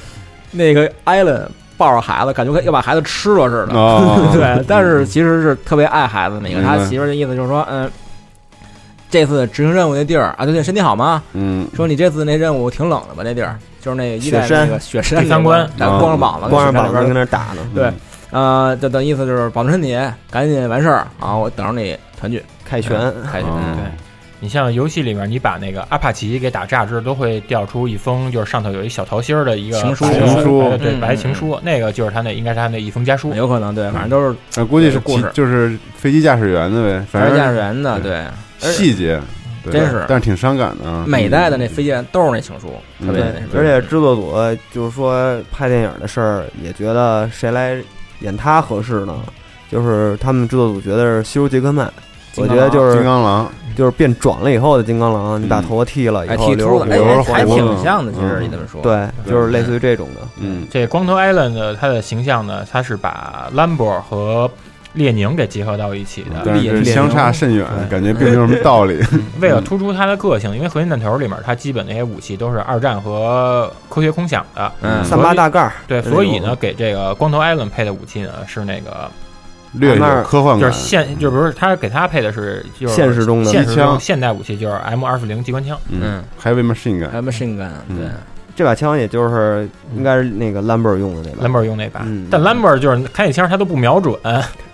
Speaker 10: 那个艾伦抱着孩子，感觉跟要把孩子吃了似的。
Speaker 8: 哦
Speaker 10: 对，但是其实是特别爱孩子的一个。
Speaker 8: 明
Speaker 10: 他
Speaker 8: 白
Speaker 10: 媳妇儿的意思就是说，嗯，这次执行任务那地儿啊，对对，身体好吗？
Speaker 8: 嗯，
Speaker 10: 说你这次那任务挺冷的吧？那地儿就是那一代
Speaker 9: 雪山哦
Speaker 10: 那个雪山
Speaker 11: 第三关
Speaker 10: 那个啊光着膀子，
Speaker 9: 光着膀
Speaker 10: 雪山
Speaker 9: 子
Speaker 10: 里边。
Speaker 9: 跟那打呢，
Speaker 10: 对，呃，就等意思就是保重身体，赶紧完事儿啊！我等着你团聚
Speaker 9: 凯旋。哦
Speaker 10: 开去。
Speaker 8: 嗯
Speaker 11: 对你像游戏里面，你把那个阿帕奇给打炸之后，都会调出一封，就是上头有一小桃心儿的一个
Speaker 10: 情书
Speaker 11: 白
Speaker 8: 情书
Speaker 11: 白对
Speaker 10: 嗯
Speaker 11: 白情书，那个就是他那应该是他那一封家书，
Speaker 10: 有可能对，反正都是
Speaker 8: 那估计是
Speaker 10: 故
Speaker 8: 骑
Speaker 10: 事
Speaker 8: 就是飞机驾驶员的呗，反正
Speaker 10: 飞机驾驶员的对而且
Speaker 8: 细节，对
Speaker 10: 真是
Speaker 8: 但是挺伤感的啊。
Speaker 10: 每代的那飞机都是那情书，
Speaker 8: 嗯
Speaker 10: 特别
Speaker 8: 对
Speaker 10: 那什么
Speaker 9: 而且制作组就是说拍电影的事儿，也觉得谁来演他合适呢？就是他们制作组觉得是希尔杰克曼，
Speaker 10: 金
Speaker 9: 我
Speaker 10: 刚
Speaker 9: 觉
Speaker 10: 狼
Speaker 9: 得就是
Speaker 8: 金刚狼，
Speaker 9: 就是变壮了以后的金刚狼，你把头发剃了
Speaker 10: 哎
Speaker 9: 以后
Speaker 10: 剃
Speaker 9: 留
Speaker 10: 秃
Speaker 9: 着
Speaker 10: 子，哎
Speaker 9: 胡子
Speaker 10: 哎
Speaker 9: 留着
Speaker 10: 还
Speaker 9: 胡子
Speaker 10: 挺像的，其实你这么说，
Speaker 9: 对，就是类似于这种的。
Speaker 8: 嗯，
Speaker 11: 这光头 Island 的它的形象呢，它是把兰博和列宁给结合到一
Speaker 10: 嗯
Speaker 11: 起的，
Speaker 8: 但是这
Speaker 11: 列
Speaker 8: 相差甚远，感觉并没有什么 道理。
Speaker 11: 为
Speaker 10: 嗯
Speaker 11: 了突出他的个性，因为核心弹头里面它基本那些武器都是二战和科学空想的，
Speaker 10: 嗯
Speaker 11: 所以
Speaker 9: 三八大盖儿
Speaker 11: 对，
Speaker 9: 那种
Speaker 11: 所以呢，给这个光头 Island 配的武器呢是那个。
Speaker 8: 略有科幻
Speaker 11: 就
Speaker 8: 感
Speaker 11: 是，现，就不是他给他配的是就是
Speaker 9: 现实中的
Speaker 11: 现实
Speaker 8: 机
Speaker 11: 中
Speaker 8: 枪
Speaker 11: 现代武器就是 M 二四零机关枪，
Speaker 8: 嗯，还有为嘛性
Speaker 10: 还
Speaker 8: 感？
Speaker 10: 有 machine gun，对，
Speaker 9: 这把枪也就是应该是那个兰博用的那把，
Speaker 11: 兰博用那把，
Speaker 9: 嗯
Speaker 11: 但兰博就是开那枪他都不瞄准，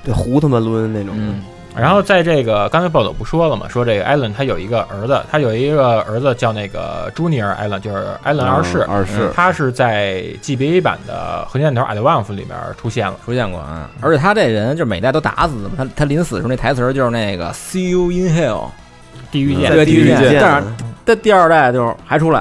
Speaker 9: 对胡他妈抡那种。
Speaker 10: 嗯，
Speaker 11: 然后在这个刚才暴走不说了嘛，说这个艾伦他有一个儿子，他有一个儿子叫那个朱尼尔艾伦，就是艾伦二世。
Speaker 8: 嗯二世
Speaker 11: 嗯他是在 GBA 版的《核弹头 Advance》里面出现了。
Speaker 10: 出现过啊。而且他这人就每代都打死的嘛，他他临死的时候那台词儿就是那个 “See you in hell”，
Speaker 11: 地狱
Speaker 10: 对
Speaker 11: 剑，
Speaker 10: 地
Speaker 9: 嗯狱
Speaker 10: 狱
Speaker 9: 剑啊
Speaker 10: 剑，但是但第二代就是还出来。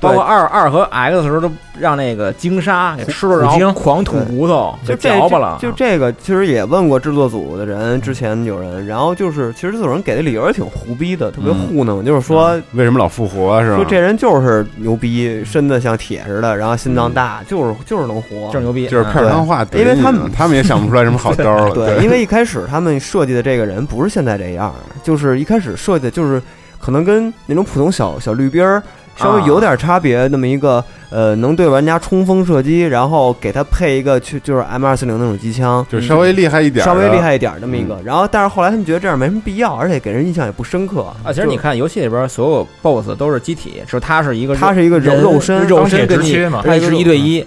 Speaker 9: 对
Speaker 10: 包括二二和 X 的时候都让那个鲸鲨给吃了，
Speaker 11: 虎
Speaker 10: 然
Speaker 11: 鲸
Speaker 10: 后狂吐骨头，
Speaker 9: 就这
Speaker 10: 嚼巴了。啊
Speaker 9: 就这个，其实也问过制作组的人，之前有人，然后就是其实制作人给的理由也挺胡逼的，特别
Speaker 10: 嗯
Speaker 9: 糊弄，就是说
Speaker 8: 为什么老复活啊是吧？
Speaker 9: 说这人就是牛逼，身子像铁似的，然后心脏大，就是就是能活
Speaker 10: 嗯啊就是。牛逼，
Speaker 8: 就是片儿汤话怼
Speaker 9: 因为
Speaker 8: 你
Speaker 9: 他
Speaker 8: 呢
Speaker 9: 们
Speaker 8: 他们也想不出来什么好招儿了。
Speaker 9: 对，因为一开始他们设计的这个人不是现在这样，就是一开始设计的就是可能跟那种普通小小绿兵儿稍
Speaker 10: 啊
Speaker 9: 微有点差别，那么一个呃能对玩家冲锋射击，然后给他配一个去就是 M 二四零那种机枪，
Speaker 8: 就稍微厉害一点儿
Speaker 9: 稍
Speaker 8: 的，嗯
Speaker 9: 微厉害一点儿那么一个。然后，但是后来他们觉得这样没什么必要，而且给人印象也不深刻
Speaker 10: 啊，其实你看游戏里边所有 BOSS 都是机体，只有他是一个
Speaker 9: 他是一个
Speaker 10: 人
Speaker 9: 肉身
Speaker 10: 肉
Speaker 11: 钢铁
Speaker 10: 身跟
Speaker 11: 直
Speaker 10: 你
Speaker 11: 缺嘛，
Speaker 10: 他是一对一，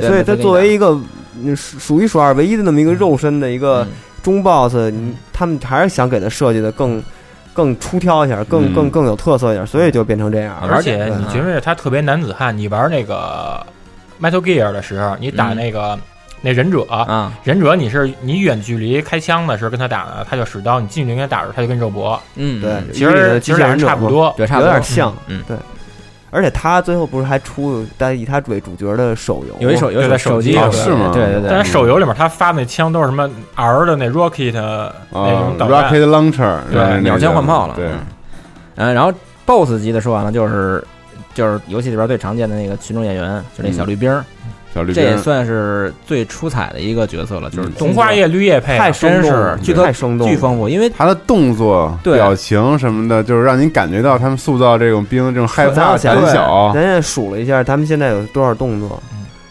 Speaker 10: 对
Speaker 9: 所以
Speaker 10: 没
Speaker 9: 他
Speaker 10: 分给
Speaker 9: 作
Speaker 10: 你
Speaker 9: 为一个嗯数数一数二唯一的那么一个肉身的一
Speaker 10: 嗯
Speaker 9: 个中 boss，你他们还是想给他设计的更更出挑一下，更
Speaker 8: 嗯
Speaker 9: 更更有特色一点，所以就变成这样了。
Speaker 11: 而且
Speaker 9: 对
Speaker 11: 你觉得他特别男子汉？你玩那个 Metal Gear 的时候，你打
Speaker 10: 嗯
Speaker 11: 那个那忍者，
Speaker 9: 嗯
Speaker 10: 啊，
Speaker 11: 忍者你是你远距离开枪的时候跟他打呢，他就使刀；你近距离跟他打的时候，他就跟肉搏。
Speaker 10: 嗯，
Speaker 9: 对，
Speaker 11: 其
Speaker 9: 因为你的
Speaker 11: 实其
Speaker 9: 机
Speaker 11: 实
Speaker 9: 器
Speaker 11: 俩
Speaker 9: 人
Speaker 11: 人
Speaker 9: 者
Speaker 11: 差不多，
Speaker 10: 对，差不
Speaker 9: 有
Speaker 10: 多
Speaker 9: 点像，
Speaker 10: 嗯，
Speaker 9: 而且他最后不是还出但以他为主角的手游，
Speaker 10: 有一手有一
Speaker 11: 对
Speaker 10: 手
Speaker 11: 在
Speaker 10: 手
Speaker 11: 手
Speaker 10: 机
Speaker 11: 机
Speaker 10: 有
Speaker 8: 上
Speaker 10: 的
Speaker 8: 哦是吗
Speaker 10: 对对对
Speaker 11: 但，是手游里面他发那枪都是什么 R 的那 Rocket 那
Speaker 8: 啊
Speaker 11: 种导弹，
Speaker 8: ，Rocket Launcher，
Speaker 11: 对
Speaker 8: 然后那
Speaker 10: 鸟枪
Speaker 8: 个
Speaker 10: 换炮了
Speaker 8: 对，
Speaker 10: 嗯嗯，然后 BOSS 级的说完了就是。就是游戏里边最常见的那个群众演员，就是那
Speaker 8: 嗯
Speaker 10: 小绿兵儿，
Speaker 8: 小绿
Speaker 10: 这
Speaker 8: 兵
Speaker 10: 也算是最出彩的一个角色了。就是
Speaker 8: 嗯
Speaker 11: 动画业绿叶配啊，
Speaker 9: 太
Speaker 10: 真
Speaker 9: 生动
Speaker 10: 是
Speaker 9: 了，
Speaker 10: 巨
Speaker 9: 太
Speaker 10: 特
Speaker 9: 生动
Speaker 10: 巨
Speaker 9: 了，
Speaker 10: 丰富，因为
Speaker 8: 他的动作、
Speaker 10: 对
Speaker 8: 表情什么的，就是让您感觉到他们塑造这种兵这种害
Speaker 9: 咱
Speaker 8: 怕、
Speaker 9: 要想
Speaker 8: 胆小嗯
Speaker 9: 咱，也数了一下，他们现在有多少动作？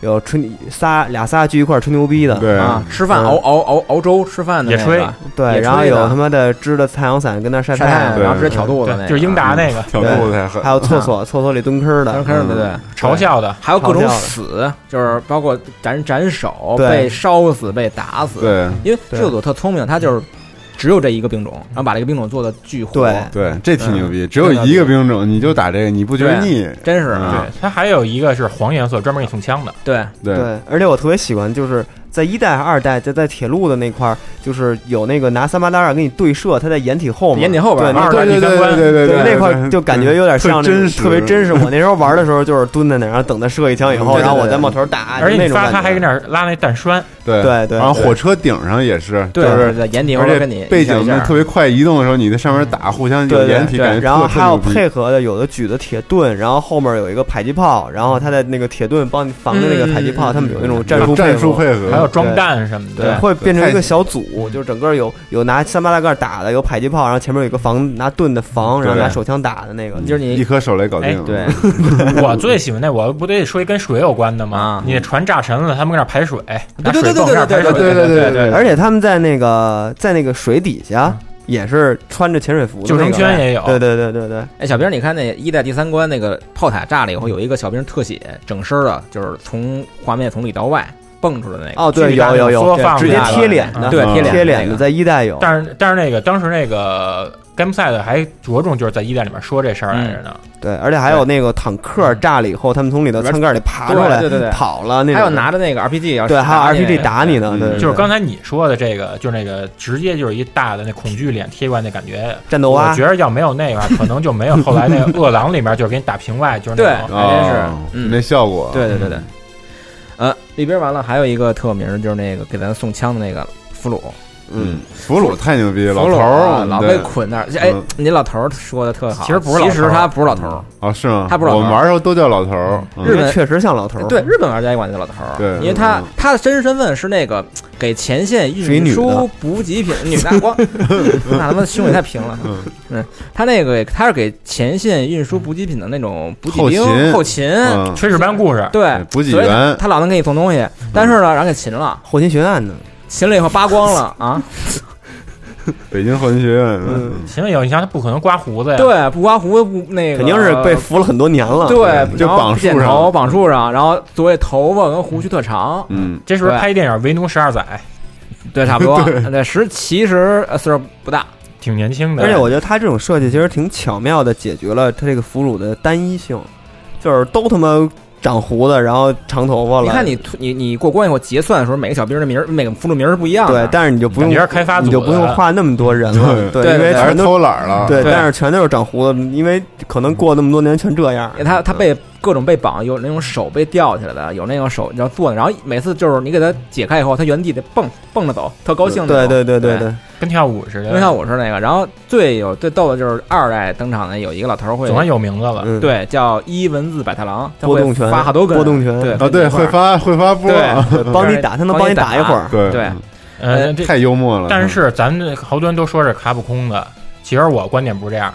Speaker 9: 有吹仨俩仨聚一块儿吹牛逼的，
Speaker 8: 对
Speaker 10: 啊，吃饭
Speaker 9: 嗯
Speaker 10: 熬熬熬熬粥吃饭的
Speaker 11: 野
Speaker 10: 那
Speaker 11: 炊
Speaker 10: 个
Speaker 9: 对，
Speaker 10: 也
Speaker 9: 然后
Speaker 10: 吹
Speaker 9: 有
Speaker 10: 的
Speaker 9: 他妈的支着太阳伞跟那儿晒
Speaker 10: 晒太阳，
Speaker 8: 对
Speaker 10: 然后直接挑肚子那
Speaker 11: 对，
Speaker 10: 个，
Speaker 11: 就是英达那个
Speaker 8: 挑逗的太狠
Speaker 9: 还。有厕所厕所里蹲坑
Speaker 10: 当
Speaker 9: 的
Speaker 10: 时，
Speaker 8: 嗯
Speaker 10: 开始对对，
Speaker 11: 嘲笑的，
Speaker 10: 还有各
Speaker 9: 嘲
Speaker 10: 种
Speaker 9: 笑的
Speaker 10: 死，就是包括斩斩首、
Speaker 9: 对
Speaker 10: 被烧死、被打死。，
Speaker 8: 对
Speaker 10: 因为制作组特聪明，他就是只有这一个兵种，然后把这个兵种做的巨火。
Speaker 9: 对
Speaker 8: 对，这挺
Speaker 9: 嗯
Speaker 8: 牛逼，只有一个兵种，你就打这个，你不觉得
Speaker 11: 啊
Speaker 8: 腻？
Speaker 10: 真是
Speaker 8: 嗯
Speaker 11: 对，他还有一个是黄颜色，专门给你送枪的，
Speaker 10: 对，
Speaker 8: 对，
Speaker 9: 对，而且我特别喜欢，就是在一代、二代，就在铁路的那块儿，就是有那个拿三八大二给你对射，它在掩体后面，
Speaker 10: 掩体后边
Speaker 9: 对
Speaker 10: 儿
Speaker 9: 那
Speaker 11: 二代
Speaker 8: 对对
Speaker 11: 第三关，
Speaker 8: 对对对，
Speaker 9: 那块儿就感觉有点
Speaker 8: 特
Speaker 9: 像那种
Speaker 8: 真实
Speaker 9: 特别真实。我那时候玩的时候就是蹲在那儿，然后等他射一枪以后，
Speaker 8: 对对对
Speaker 9: 然后我再冒头打，
Speaker 11: 而
Speaker 9: 就
Speaker 11: 且
Speaker 9: 那
Speaker 11: 你
Speaker 9: 种感
Speaker 11: 发
Speaker 9: 觉。
Speaker 11: 他还跟那儿拉那弹栓，
Speaker 8: 对
Speaker 9: 对对
Speaker 8: 然后
Speaker 9: 对
Speaker 8: 火车顶上也是，就
Speaker 10: 对对
Speaker 11: 啊
Speaker 8: 是
Speaker 10: 对，眼底后
Speaker 8: 而
Speaker 10: 边跟
Speaker 8: 且
Speaker 10: 你
Speaker 8: 背
Speaker 10: 一下
Speaker 8: 景
Speaker 10: 一下嗯
Speaker 8: 特别快移动的时候，你在上面打，互相有
Speaker 9: 对对
Speaker 8: 掩体，
Speaker 10: 对
Speaker 8: 感觉
Speaker 9: 然后
Speaker 8: 特
Speaker 9: 还有，
Speaker 8: 特牛
Speaker 9: 配合的，有的举的铁盾，然后后面有一个迫击炮，然后他的那个铁盾帮你防着那个迫击炮，他们有那种
Speaker 8: 逼
Speaker 9: 战术
Speaker 8: 战术
Speaker 9: 配合。
Speaker 8: 配合，
Speaker 11: 还有装弹什么
Speaker 9: 对，
Speaker 11: 的，
Speaker 9: 会变成一
Speaker 8: 太
Speaker 9: 个小组，就是整个有有拿三八大盖打的，有迫击炮，然后前面有一个防拿盾的防，然后
Speaker 8: 对
Speaker 9: 拿手枪打的那个，
Speaker 10: 就是你
Speaker 8: 一颗手雷搞定
Speaker 11: 哎
Speaker 8: 了，
Speaker 10: 对
Speaker 11: 我最喜欢那，我不得说一跟水有关的吗
Speaker 10: 啊？
Speaker 11: 你那船炸沉了，他们跟那儿排水，拿
Speaker 10: 对对
Speaker 11: 水
Speaker 10: 对
Speaker 11: 泵跟那儿排
Speaker 10: 对
Speaker 11: 水，
Speaker 8: 对对对对，
Speaker 9: 而且他们在那个在那个水底下也是穿着潜水服的、那
Speaker 11: 救
Speaker 9: 个，
Speaker 11: 生圈也有，
Speaker 9: 对对对对对，
Speaker 10: 哎，小兵，你看那一代第三关那个炮塔炸了以后，有一个小兵特写，整身儿的，就是从画面从里到外，蹦出来那个。
Speaker 9: 哦，对，
Speaker 10: 巨大
Speaker 9: 有
Speaker 10: 那
Speaker 9: 有
Speaker 10: 种缩
Speaker 9: 有，
Speaker 10: 放
Speaker 9: 直接
Speaker 10: 大的
Speaker 9: 贴脸
Speaker 10: 嗯
Speaker 9: 的，
Speaker 10: 对，
Speaker 9: 贴
Speaker 10: 贴
Speaker 9: 脸
Speaker 10: 那
Speaker 9: 的，
Speaker 10: 个
Speaker 9: 在一代有。
Speaker 11: 但是但是那个当时那个 Game Side 还着重就是在一代里面说这事儿来着呢。
Speaker 9: 对，而且还有那个坦克炸了以后，他们从里头舱盖里爬出来，
Speaker 10: 对对对对
Speaker 9: 跑了那种。
Speaker 10: 还有拿着那个嗯 RPG 要
Speaker 9: 对，还有
Speaker 10: 打你
Speaker 9: RPG 打你呢，对，
Speaker 11: 就是刚才你说的这个，就是那个直接就是一大的那恐惧脸贴过来那感觉，
Speaker 9: 战斗啊蛙
Speaker 11: 我觉得要没有那个，可能就没有后来那个饿狼里面就是给你打屏外，就是
Speaker 10: 对，
Speaker 11: 那种。
Speaker 10: 还真是
Speaker 8: 哦，
Speaker 10: 嗯，
Speaker 8: 那效果，
Speaker 10: 对对对对，呃，里边完了还有一个特有名儿，就是那个给咱送枪的那个俘虏，
Speaker 8: 嗯，俘虏太牛逼了，
Speaker 10: 俘
Speaker 8: 头
Speaker 10: 虏
Speaker 8: 儿嗯
Speaker 10: 啊老被
Speaker 8: 对
Speaker 10: 捆那儿。哎
Speaker 8: 嗯，
Speaker 10: 你老头儿说的特好，
Speaker 11: 其实不是老头儿
Speaker 10: 其实他不是老头儿，
Speaker 8: 哦，是吗？
Speaker 10: 他不是老头
Speaker 8: 我们玩的时候都叫老头儿，嗯
Speaker 10: 日本
Speaker 9: 确实像老头儿。
Speaker 10: 对，日本玩家也管他叫老头儿，
Speaker 8: 对
Speaker 10: 因为他
Speaker 8: 嗯
Speaker 10: 他的真实身份是那个给前线
Speaker 9: 是一
Speaker 10: 运
Speaker 9: 女
Speaker 10: 输
Speaker 9: 的
Speaker 10: 补给 品女大光，那他妈胸也太平了。嗯，他那个他是给前线运输补给品的那种补给
Speaker 8: 后
Speaker 10: 兵
Speaker 8: 勤
Speaker 10: 后勤，
Speaker 8: 嗯
Speaker 11: 炊事班故事，
Speaker 10: 对，
Speaker 8: 补给
Speaker 10: 所以他
Speaker 8: 员嗯
Speaker 10: 他老能给你送东西，但是呢，然后给擒了，
Speaker 9: 后勤学院呢？
Speaker 10: 擒了以后扒光了啊，
Speaker 8: 北京后勤学院，嗯
Speaker 11: 行有你像他不可能刮胡子呀，
Speaker 10: 对，不刮胡子不那个呃
Speaker 9: 肯定是被服了很多年了。
Speaker 10: 对，
Speaker 8: 就
Speaker 10: 然后
Speaker 8: 绑树
Speaker 10: 剪
Speaker 8: 上
Speaker 10: 头绑树上，然后所谓头发跟胡须特长，
Speaker 8: 嗯，
Speaker 11: 这是不是
Speaker 10: 对
Speaker 11: 拍一电影《为奴十二载
Speaker 10: 对，差不 多，对，实其实呃岁数不大，》，
Speaker 11: 挺年轻的。
Speaker 9: 而且我觉得他这种设计其实挺巧妙的，解决了他这个俘虏的单一性，就是都他妈长胡子，然后长头发了。
Speaker 10: 你看你突你你过关以后结算的时候，每个小兵的名儿，每个俘虏名儿是不一样的。
Speaker 9: 对，但是你就不用
Speaker 11: 感觉是开发组
Speaker 9: 你就不用
Speaker 11: 的
Speaker 9: 画那么多人了，
Speaker 8: 对
Speaker 10: 对
Speaker 9: 因为
Speaker 8: 还是
Speaker 9: 全都
Speaker 8: 哎偷懒儿了，
Speaker 9: 对，
Speaker 10: 对
Speaker 9: 但是全都是长胡子，因为可能过那么多年全这样。
Speaker 10: 他他被各种被绑，有那种手被吊起来的，有那种手然后坐的，然后每次就是你给他解开以后，他原地得蹦蹦着走，特高兴的
Speaker 9: 对
Speaker 10: 走。
Speaker 9: 对对对
Speaker 10: 对
Speaker 9: 对，
Speaker 11: 跟跳舞似的，
Speaker 10: 就像我说那个，然后最有最逗的就是二代登场的有一个老头儿会
Speaker 11: 总，算有名字了。
Speaker 9: 嗯，
Speaker 10: 啊对，叫伊文字百太郎，他
Speaker 9: 波
Speaker 10: 会
Speaker 9: 动拳
Speaker 10: 发好多个
Speaker 9: 波动拳
Speaker 10: 对
Speaker 11: 哦
Speaker 8: 啊，对，会发会发波，
Speaker 10: 对
Speaker 9: 帮你打，他能
Speaker 10: 帮
Speaker 9: 帮
Speaker 10: 你啊
Speaker 9: 你打一会儿。
Speaker 8: 对嗯
Speaker 10: 对，
Speaker 11: 呃，这
Speaker 8: 太幽默了。嗯
Speaker 11: 但是咱们好多人都说是卡普空的，其实我观点不是这样。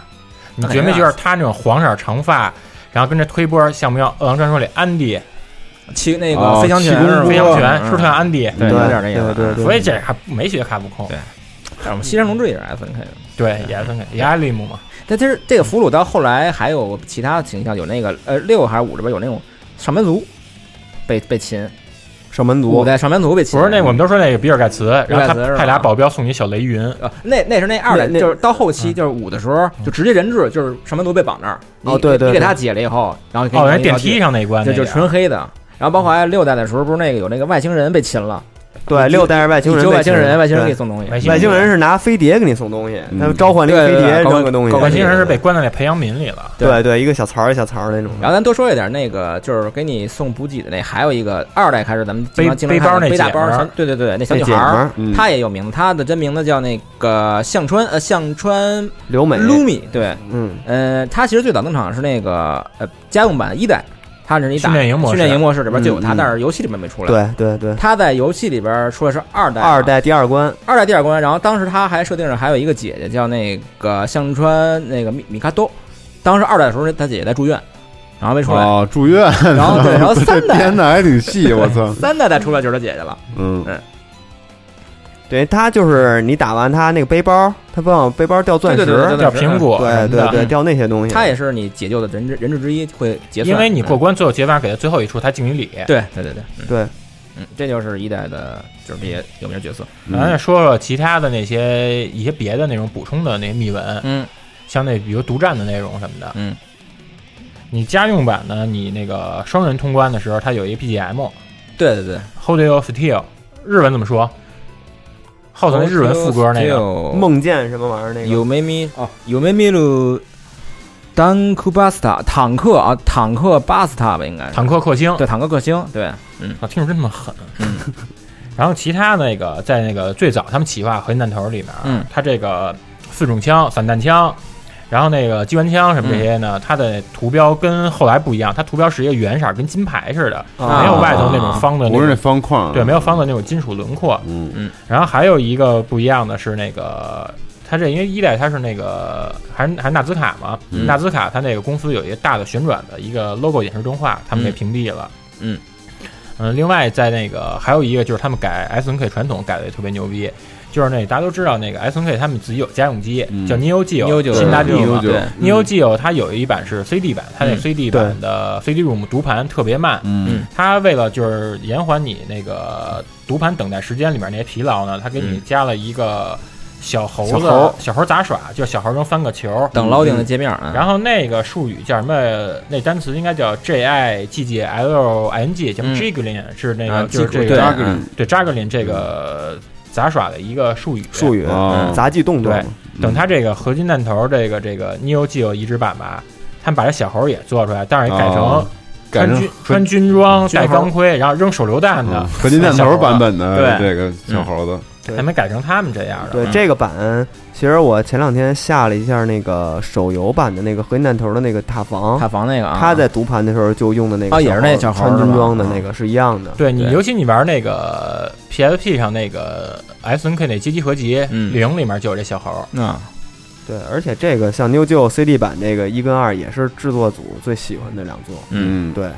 Speaker 10: 嗯
Speaker 11: 你觉没觉得他那种黄色长发，然后跟这推波像不像《饿狼传说》里安迪
Speaker 10: 气那
Speaker 8: 哦
Speaker 10: 个飞翔
Speaker 8: 气
Speaker 10: 拳
Speaker 8: 功
Speaker 10: 是吧，
Speaker 8: 波
Speaker 11: 飞
Speaker 9: 啊
Speaker 11: 翔拳，
Speaker 10: 嗯
Speaker 11: 是不是像安迪？
Speaker 10: 对，
Speaker 9: 对
Speaker 10: 有点那意思。
Speaker 9: 对对对
Speaker 11: 所以这还没学卡普空
Speaker 10: 对，但是我们西嗯山龙之也是 S N K 的。
Speaker 11: 对，也分开，也艾利姆嘛。
Speaker 10: 但其实这个俘虏到后来还有其他的形象，有那个呃六还是五里边有那种上班族被被擒，
Speaker 9: 上班
Speaker 10: 五
Speaker 9: 族，
Speaker 10: 代上班族被擒。
Speaker 11: 不是那我们都说那个比尔盖茨，然后他
Speaker 10: 比尔盖茨是吧
Speaker 11: 派俩保镖送你小雷云，
Speaker 10: 呃那那是那二代，
Speaker 9: 那那
Speaker 10: 就是到后期就是五的时候就直接人质，就是上班族被绑那儿，你
Speaker 9: 哦对对对
Speaker 10: 你给他解了以后，然后给你
Speaker 11: 哦，人
Speaker 10: 一
Speaker 11: 电
Speaker 10: 条
Speaker 11: 梯
Speaker 10: 街，
Speaker 11: 上那一关，
Speaker 10: 这
Speaker 11: 那
Speaker 10: 就
Speaker 11: 个
Speaker 10: 是纯黑的。然后包括还有六代的时候，不是那个有那个外星人被擒了，
Speaker 9: 对，六代是外星
Speaker 10: 你
Speaker 9: 人，
Speaker 10: 救外星人，外星人
Speaker 9: 对
Speaker 10: 给你送东西，
Speaker 9: 外星人
Speaker 11: 是
Speaker 9: 是拿飞碟给你送东西，
Speaker 8: 嗯
Speaker 9: 他召唤那个
Speaker 10: 对
Speaker 9: 飞
Speaker 10: 对对
Speaker 9: 碟
Speaker 10: 高
Speaker 9: 扔个东西，
Speaker 10: 高
Speaker 11: 外星人是被关在那培养皿里了。
Speaker 9: 对对一个小槽儿一小槽儿那种。
Speaker 10: 然后咱多说一点，那个就是给你送补给的那，还有一个二代开始，咱们经常
Speaker 11: 背
Speaker 10: 经常看的
Speaker 11: 背包那
Speaker 10: 背大
Speaker 11: 姐
Speaker 10: 包
Speaker 11: 们儿
Speaker 10: 小，对对对，那小
Speaker 9: 那
Speaker 10: 女
Speaker 9: 姐
Speaker 10: 孩
Speaker 9: 们
Speaker 10: 儿
Speaker 9: 儿，
Speaker 8: 嗯
Speaker 10: 她也有名字，她的真名字叫那个向川呃向川
Speaker 9: 刘美，
Speaker 10: Lumi，对，
Speaker 9: 嗯，
Speaker 10: 呃，她其实最早登场是那个呃家用版一代，她是一打
Speaker 11: 训练营模式
Speaker 10: 训练营模式里边就有她，
Speaker 9: 嗯嗯
Speaker 10: 但是游戏里面没出来。
Speaker 9: 对对对，
Speaker 10: 她在游戏里边出来是二代，啊
Speaker 9: 二代第二关，
Speaker 10: 二代第二关，然后当时她还设定着还有一个姐姐叫那个向川那个米米卡多，当时二代的时候她姐姐在住院，然后没出来。
Speaker 8: 哦，住院，
Speaker 10: 然后对，然 后三
Speaker 8: 这
Speaker 10: 代
Speaker 8: 编的还挺细，我操，
Speaker 10: 三代再出来就是他姐姐了。
Speaker 8: 嗯，
Speaker 9: 对他就是你打完他那个背包，他不往背包掉钻石，
Speaker 10: 对对对对嗯
Speaker 11: 掉苹果什
Speaker 9: 对
Speaker 11: 么的，
Speaker 9: 对对，掉那些东西。
Speaker 10: 他也是你解救的人质人质之一，会结算。
Speaker 11: 因为你过
Speaker 10: 嗯
Speaker 11: 关最后结完给他最后一出，他敬你礼。
Speaker 10: 对对对对
Speaker 9: 对，
Speaker 10: 嗯，这就是一代的，就是这些有名角色。
Speaker 8: 嗯
Speaker 11: 咱再说说其他的那些一些别的那种补充的那些秘闻，
Speaker 10: 嗯，
Speaker 11: 像那比如独占的内容什么的。
Speaker 10: 嗯，
Speaker 11: 你家用版呢，你那个双人通关的时候，它有一 BGM《
Speaker 10: 对对对，
Speaker 11: Hold Your Steel》，日文怎么说？后头那哦日文副歌那个，
Speaker 10: 梦
Speaker 9: 梦见什么玩意儿那
Speaker 10: 哦有
Speaker 9: 个，
Speaker 10: 没咪哦，有没咪鲁丹库巴斯塔坦克啊，坦克巴斯塔吧，应该是
Speaker 11: 坦克克星，
Speaker 10: 对坦克克星，对，嗯
Speaker 11: 啊，听着真他妈狠。
Speaker 8: 嗯
Speaker 11: 然后其他那个在那个最早他们企划核心弹头里面，
Speaker 10: 嗯
Speaker 11: 它这个四种枪、散弹枪，然后那个机关枪什么这些
Speaker 8: 嗯
Speaker 11: 呢，它的图标跟后来不一样，它图标是一个圆色儿，跟金牌似的，
Speaker 9: 啊
Speaker 11: 没有外头那种方的那
Speaker 8: 啊不是那
Speaker 11: 种，
Speaker 8: 方框，
Speaker 11: 对，没有方的那种金属轮廓。
Speaker 8: 嗯，
Speaker 11: 然后还有一个不一样的是那个。它这因为一代它是那个还是还是纳兹卡嘛，
Speaker 10: 嗯
Speaker 11: 纳兹卡它那个公司有一个大的旋转的一个 logo 演示动画，他们给
Speaker 10: 嗯
Speaker 11: 屏蔽了。
Speaker 10: 嗯，
Speaker 11: 嗯，另外在那个还有一个就是他们改 S N K 传统改的也特别牛逼，就是那大家都知道那个 S N K 他们自己有家用机、
Speaker 8: 嗯
Speaker 11: 叫 Neo
Speaker 10: Neo
Speaker 11: Geo，
Speaker 10: Geo，
Speaker 11: 新大 Geo 嘛
Speaker 8: 对
Speaker 11: Neo Geo 它有一版是 C D 版，它那
Speaker 10: 嗯
Speaker 11: C D 版的 C D ROM 读盘特别慢，
Speaker 8: 嗯
Speaker 11: 它为了就是延缓你那个读盘等待时间里面那些疲劳呢，它给你
Speaker 10: 嗯
Speaker 11: 加了一个小猴
Speaker 10: 小
Speaker 11: 子、
Speaker 10: 猴
Speaker 11: 小猴杂耍，就是小猴能翻个球，
Speaker 10: 等捞顶的界面啊。
Speaker 11: 嗯然后那个术语叫什么？那单词应该叫 J I G G L N G，叫
Speaker 10: 嗯
Speaker 11: Jiggling，、是那
Speaker 10: 啊
Speaker 11: 个就是这
Speaker 10: Jiggling，
Speaker 11: 个
Speaker 10: 对嗯
Speaker 11: 对 Jiggling 这个杂耍的一个术语。
Speaker 9: 术语
Speaker 8: 哦
Speaker 9: 嗯杂技动作
Speaker 11: 对
Speaker 9: 嘛，
Speaker 11: 等它这个合金弹头这个这个 Neo Geo 移植版吧，他们把这小猴也做出来，但是也改成、
Speaker 8: 哦改
Speaker 11: 穿
Speaker 8: 成
Speaker 11: 军
Speaker 8: 合
Speaker 11: 穿军装、
Speaker 8: 军
Speaker 11: 戴
Speaker 8: 猴
Speaker 11: 钢盔，然后扔手榴弹的、
Speaker 8: 嗯合金弹头版本的
Speaker 11: 对
Speaker 8: 这个小猴子，
Speaker 11: 还没改成他们这样的。
Speaker 10: 嗯
Speaker 9: 对这个版，其实我前两天下了一下那个手游版的那个合金弹头的那个塔防，
Speaker 10: 塔防那个啊，
Speaker 9: 他在读盘的时候就用的那个
Speaker 10: 啊也是那小
Speaker 9: 小
Speaker 10: 猴
Speaker 9: 穿
Speaker 10: 是
Speaker 9: 军
Speaker 10: 吧啊
Speaker 9: 装的那个是一样的。
Speaker 11: 对你，
Speaker 10: 对
Speaker 11: 尤其你玩那个 PSP 上那个 SNK 那街机合集
Speaker 10: 嗯
Speaker 11: 零、里面就有这小猴。
Speaker 10: 啊，
Speaker 9: 对，而且这个像 New Geo CD 版这个一跟二也是制作组最喜欢的两座，
Speaker 8: 嗯，
Speaker 9: 对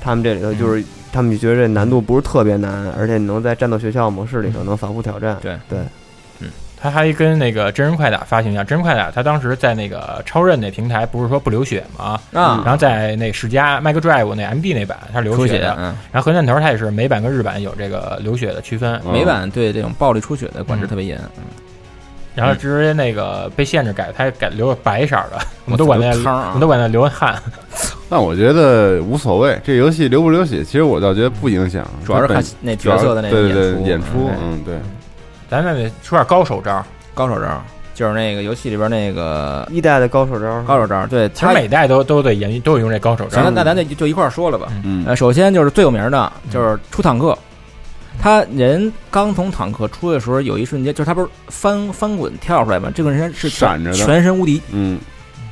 Speaker 9: 他们这里头
Speaker 10: 嗯
Speaker 9: 就是他们就觉得这难度不是特别难，而且你能在战斗学校模式
Speaker 10: 嗯
Speaker 9: 里头能反复挑战。
Speaker 10: 对
Speaker 9: 对，
Speaker 11: 他还跟那个真人快打发行一样，真人快打他当时在那个超任那平台不是说不流血吗？
Speaker 10: 啊
Speaker 11: 然后在那世嘉 Mega Drive 那 MD 那版它是流
Speaker 10: 出
Speaker 11: 血
Speaker 10: 血
Speaker 11: 啊的，
Speaker 10: 嗯，
Speaker 11: 然后核弹头它也是美版跟日版有这个流血的区分，
Speaker 8: 嗯
Speaker 10: 美版对这种暴力出血的管制
Speaker 11: 嗯
Speaker 10: 特别严，
Speaker 11: 然后直接那个被限制改，它改流白色的，我们都
Speaker 10: 操
Speaker 11: 管那
Speaker 10: 流汤啊
Speaker 11: 我们都管那流汗，
Speaker 8: 但我觉得无所谓，这游戏流不流血，其实我倒觉得不影响，
Speaker 10: 主要是看那角色的那个
Speaker 8: 对对对
Speaker 10: 演
Speaker 8: 演
Speaker 10: 出
Speaker 8: 出，
Speaker 10: 嗯
Speaker 8: 嗯对，
Speaker 11: 咱们得出点高手招。
Speaker 10: 高手招，就是那个游戏里边那个
Speaker 9: 一代的高手招，
Speaker 10: 高手招，对，
Speaker 11: 其实
Speaker 10: 他
Speaker 11: 每代都都得研都得用这高手招
Speaker 10: 行了，。那咱就就一块儿说了吧。
Speaker 8: 嗯
Speaker 10: 呃，首先就是最有名的就是出坦克，他人刚从坦克出的时候，有一瞬间就是他不是翻翻滚跳出来吗？这个人是全
Speaker 8: 闪着的
Speaker 10: 全身无敌，
Speaker 8: 嗯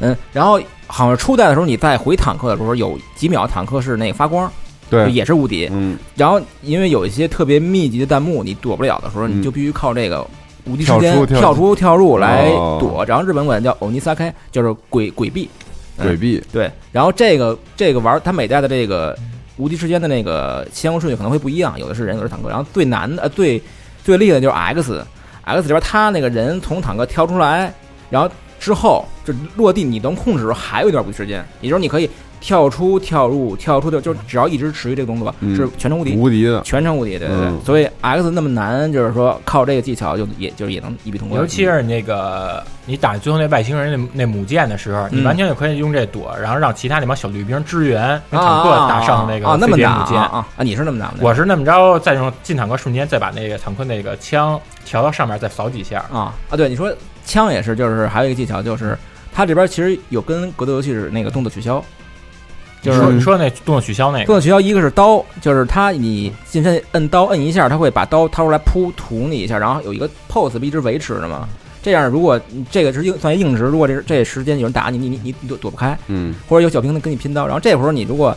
Speaker 10: 嗯，然后好像初代的时候，你再回坦克的时候，有几秒坦克是那个发光，就
Speaker 8: 对，
Speaker 10: 也是无敌。
Speaker 8: 嗯
Speaker 10: 然后因为有一些特别密集的弹幕，你躲不了的时候，
Speaker 8: 嗯
Speaker 10: 你就必须靠这个无敌时
Speaker 8: 跳
Speaker 10: 间
Speaker 8: 出跳
Speaker 10: 跳出跳入来
Speaker 8: 哦
Speaker 10: 躲。然后日本管它叫欧尼撒开，就是鬼鬼避。
Speaker 8: 鬼臂，
Speaker 10: 对，然后这个这个玩儿它每代的这个无敌时间的那个相关顺序可能会不一样，有的是人，有的是坦克。然后最难的、呃、最最厉害的就是 X X 里边，他那个人从坦克跳出来，然后之后就落地，你能控制的时候还有一段无敌时间，也就是你可以跳出、跳入、跳出的，就是只要一直持续这个动作、
Speaker 8: 嗯
Speaker 10: 是全程无敌。
Speaker 8: 无敌的，
Speaker 10: 全程无敌，对对对，
Speaker 8: 嗯
Speaker 10: 所以 X 那么难，就是说靠这个技巧就也就是也能一笔通关。
Speaker 11: 嗯尤其是那个你打最后那外星人那那母舰的时候，你
Speaker 10: 嗯
Speaker 11: 完全就可以用这躲，然后让其他那帮小绿兵支援，
Speaker 10: 啊
Speaker 11: 用坦克打上那
Speaker 10: 啊啊那
Speaker 11: 个飞
Speaker 10: 么
Speaker 11: 碟
Speaker 10: 难
Speaker 11: 母
Speaker 10: 啊
Speaker 11: 舰。
Speaker 10: 啊啊！你是那么难的，
Speaker 11: 我是那么着，再用进坦克瞬间再把那个坦克那个枪调到上面，再扫几下。
Speaker 10: 啊啊！对，你说枪也是，就是还有一个技巧，就是它这边其实有跟格斗游戏是那个动作取消，
Speaker 11: 就
Speaker 10: 嗯
Speaker 11: 是你说那动作取消那
Speaker 10: 动
Speaker 11: 个，
Speaker 10: 作取消一个是刀，就是它你近身摁刀摁一下，它会把刀掏出来噗捅你一下，然后有一个 pose 一直维持着嘛。这样如果你这个是硬算硬直，如果这这时间有人打你，你你你你躲躲不开，
Speaker 8: 嗯
Speaker 10: 或者有小兵的跟你拼刀，然后这会儿你如果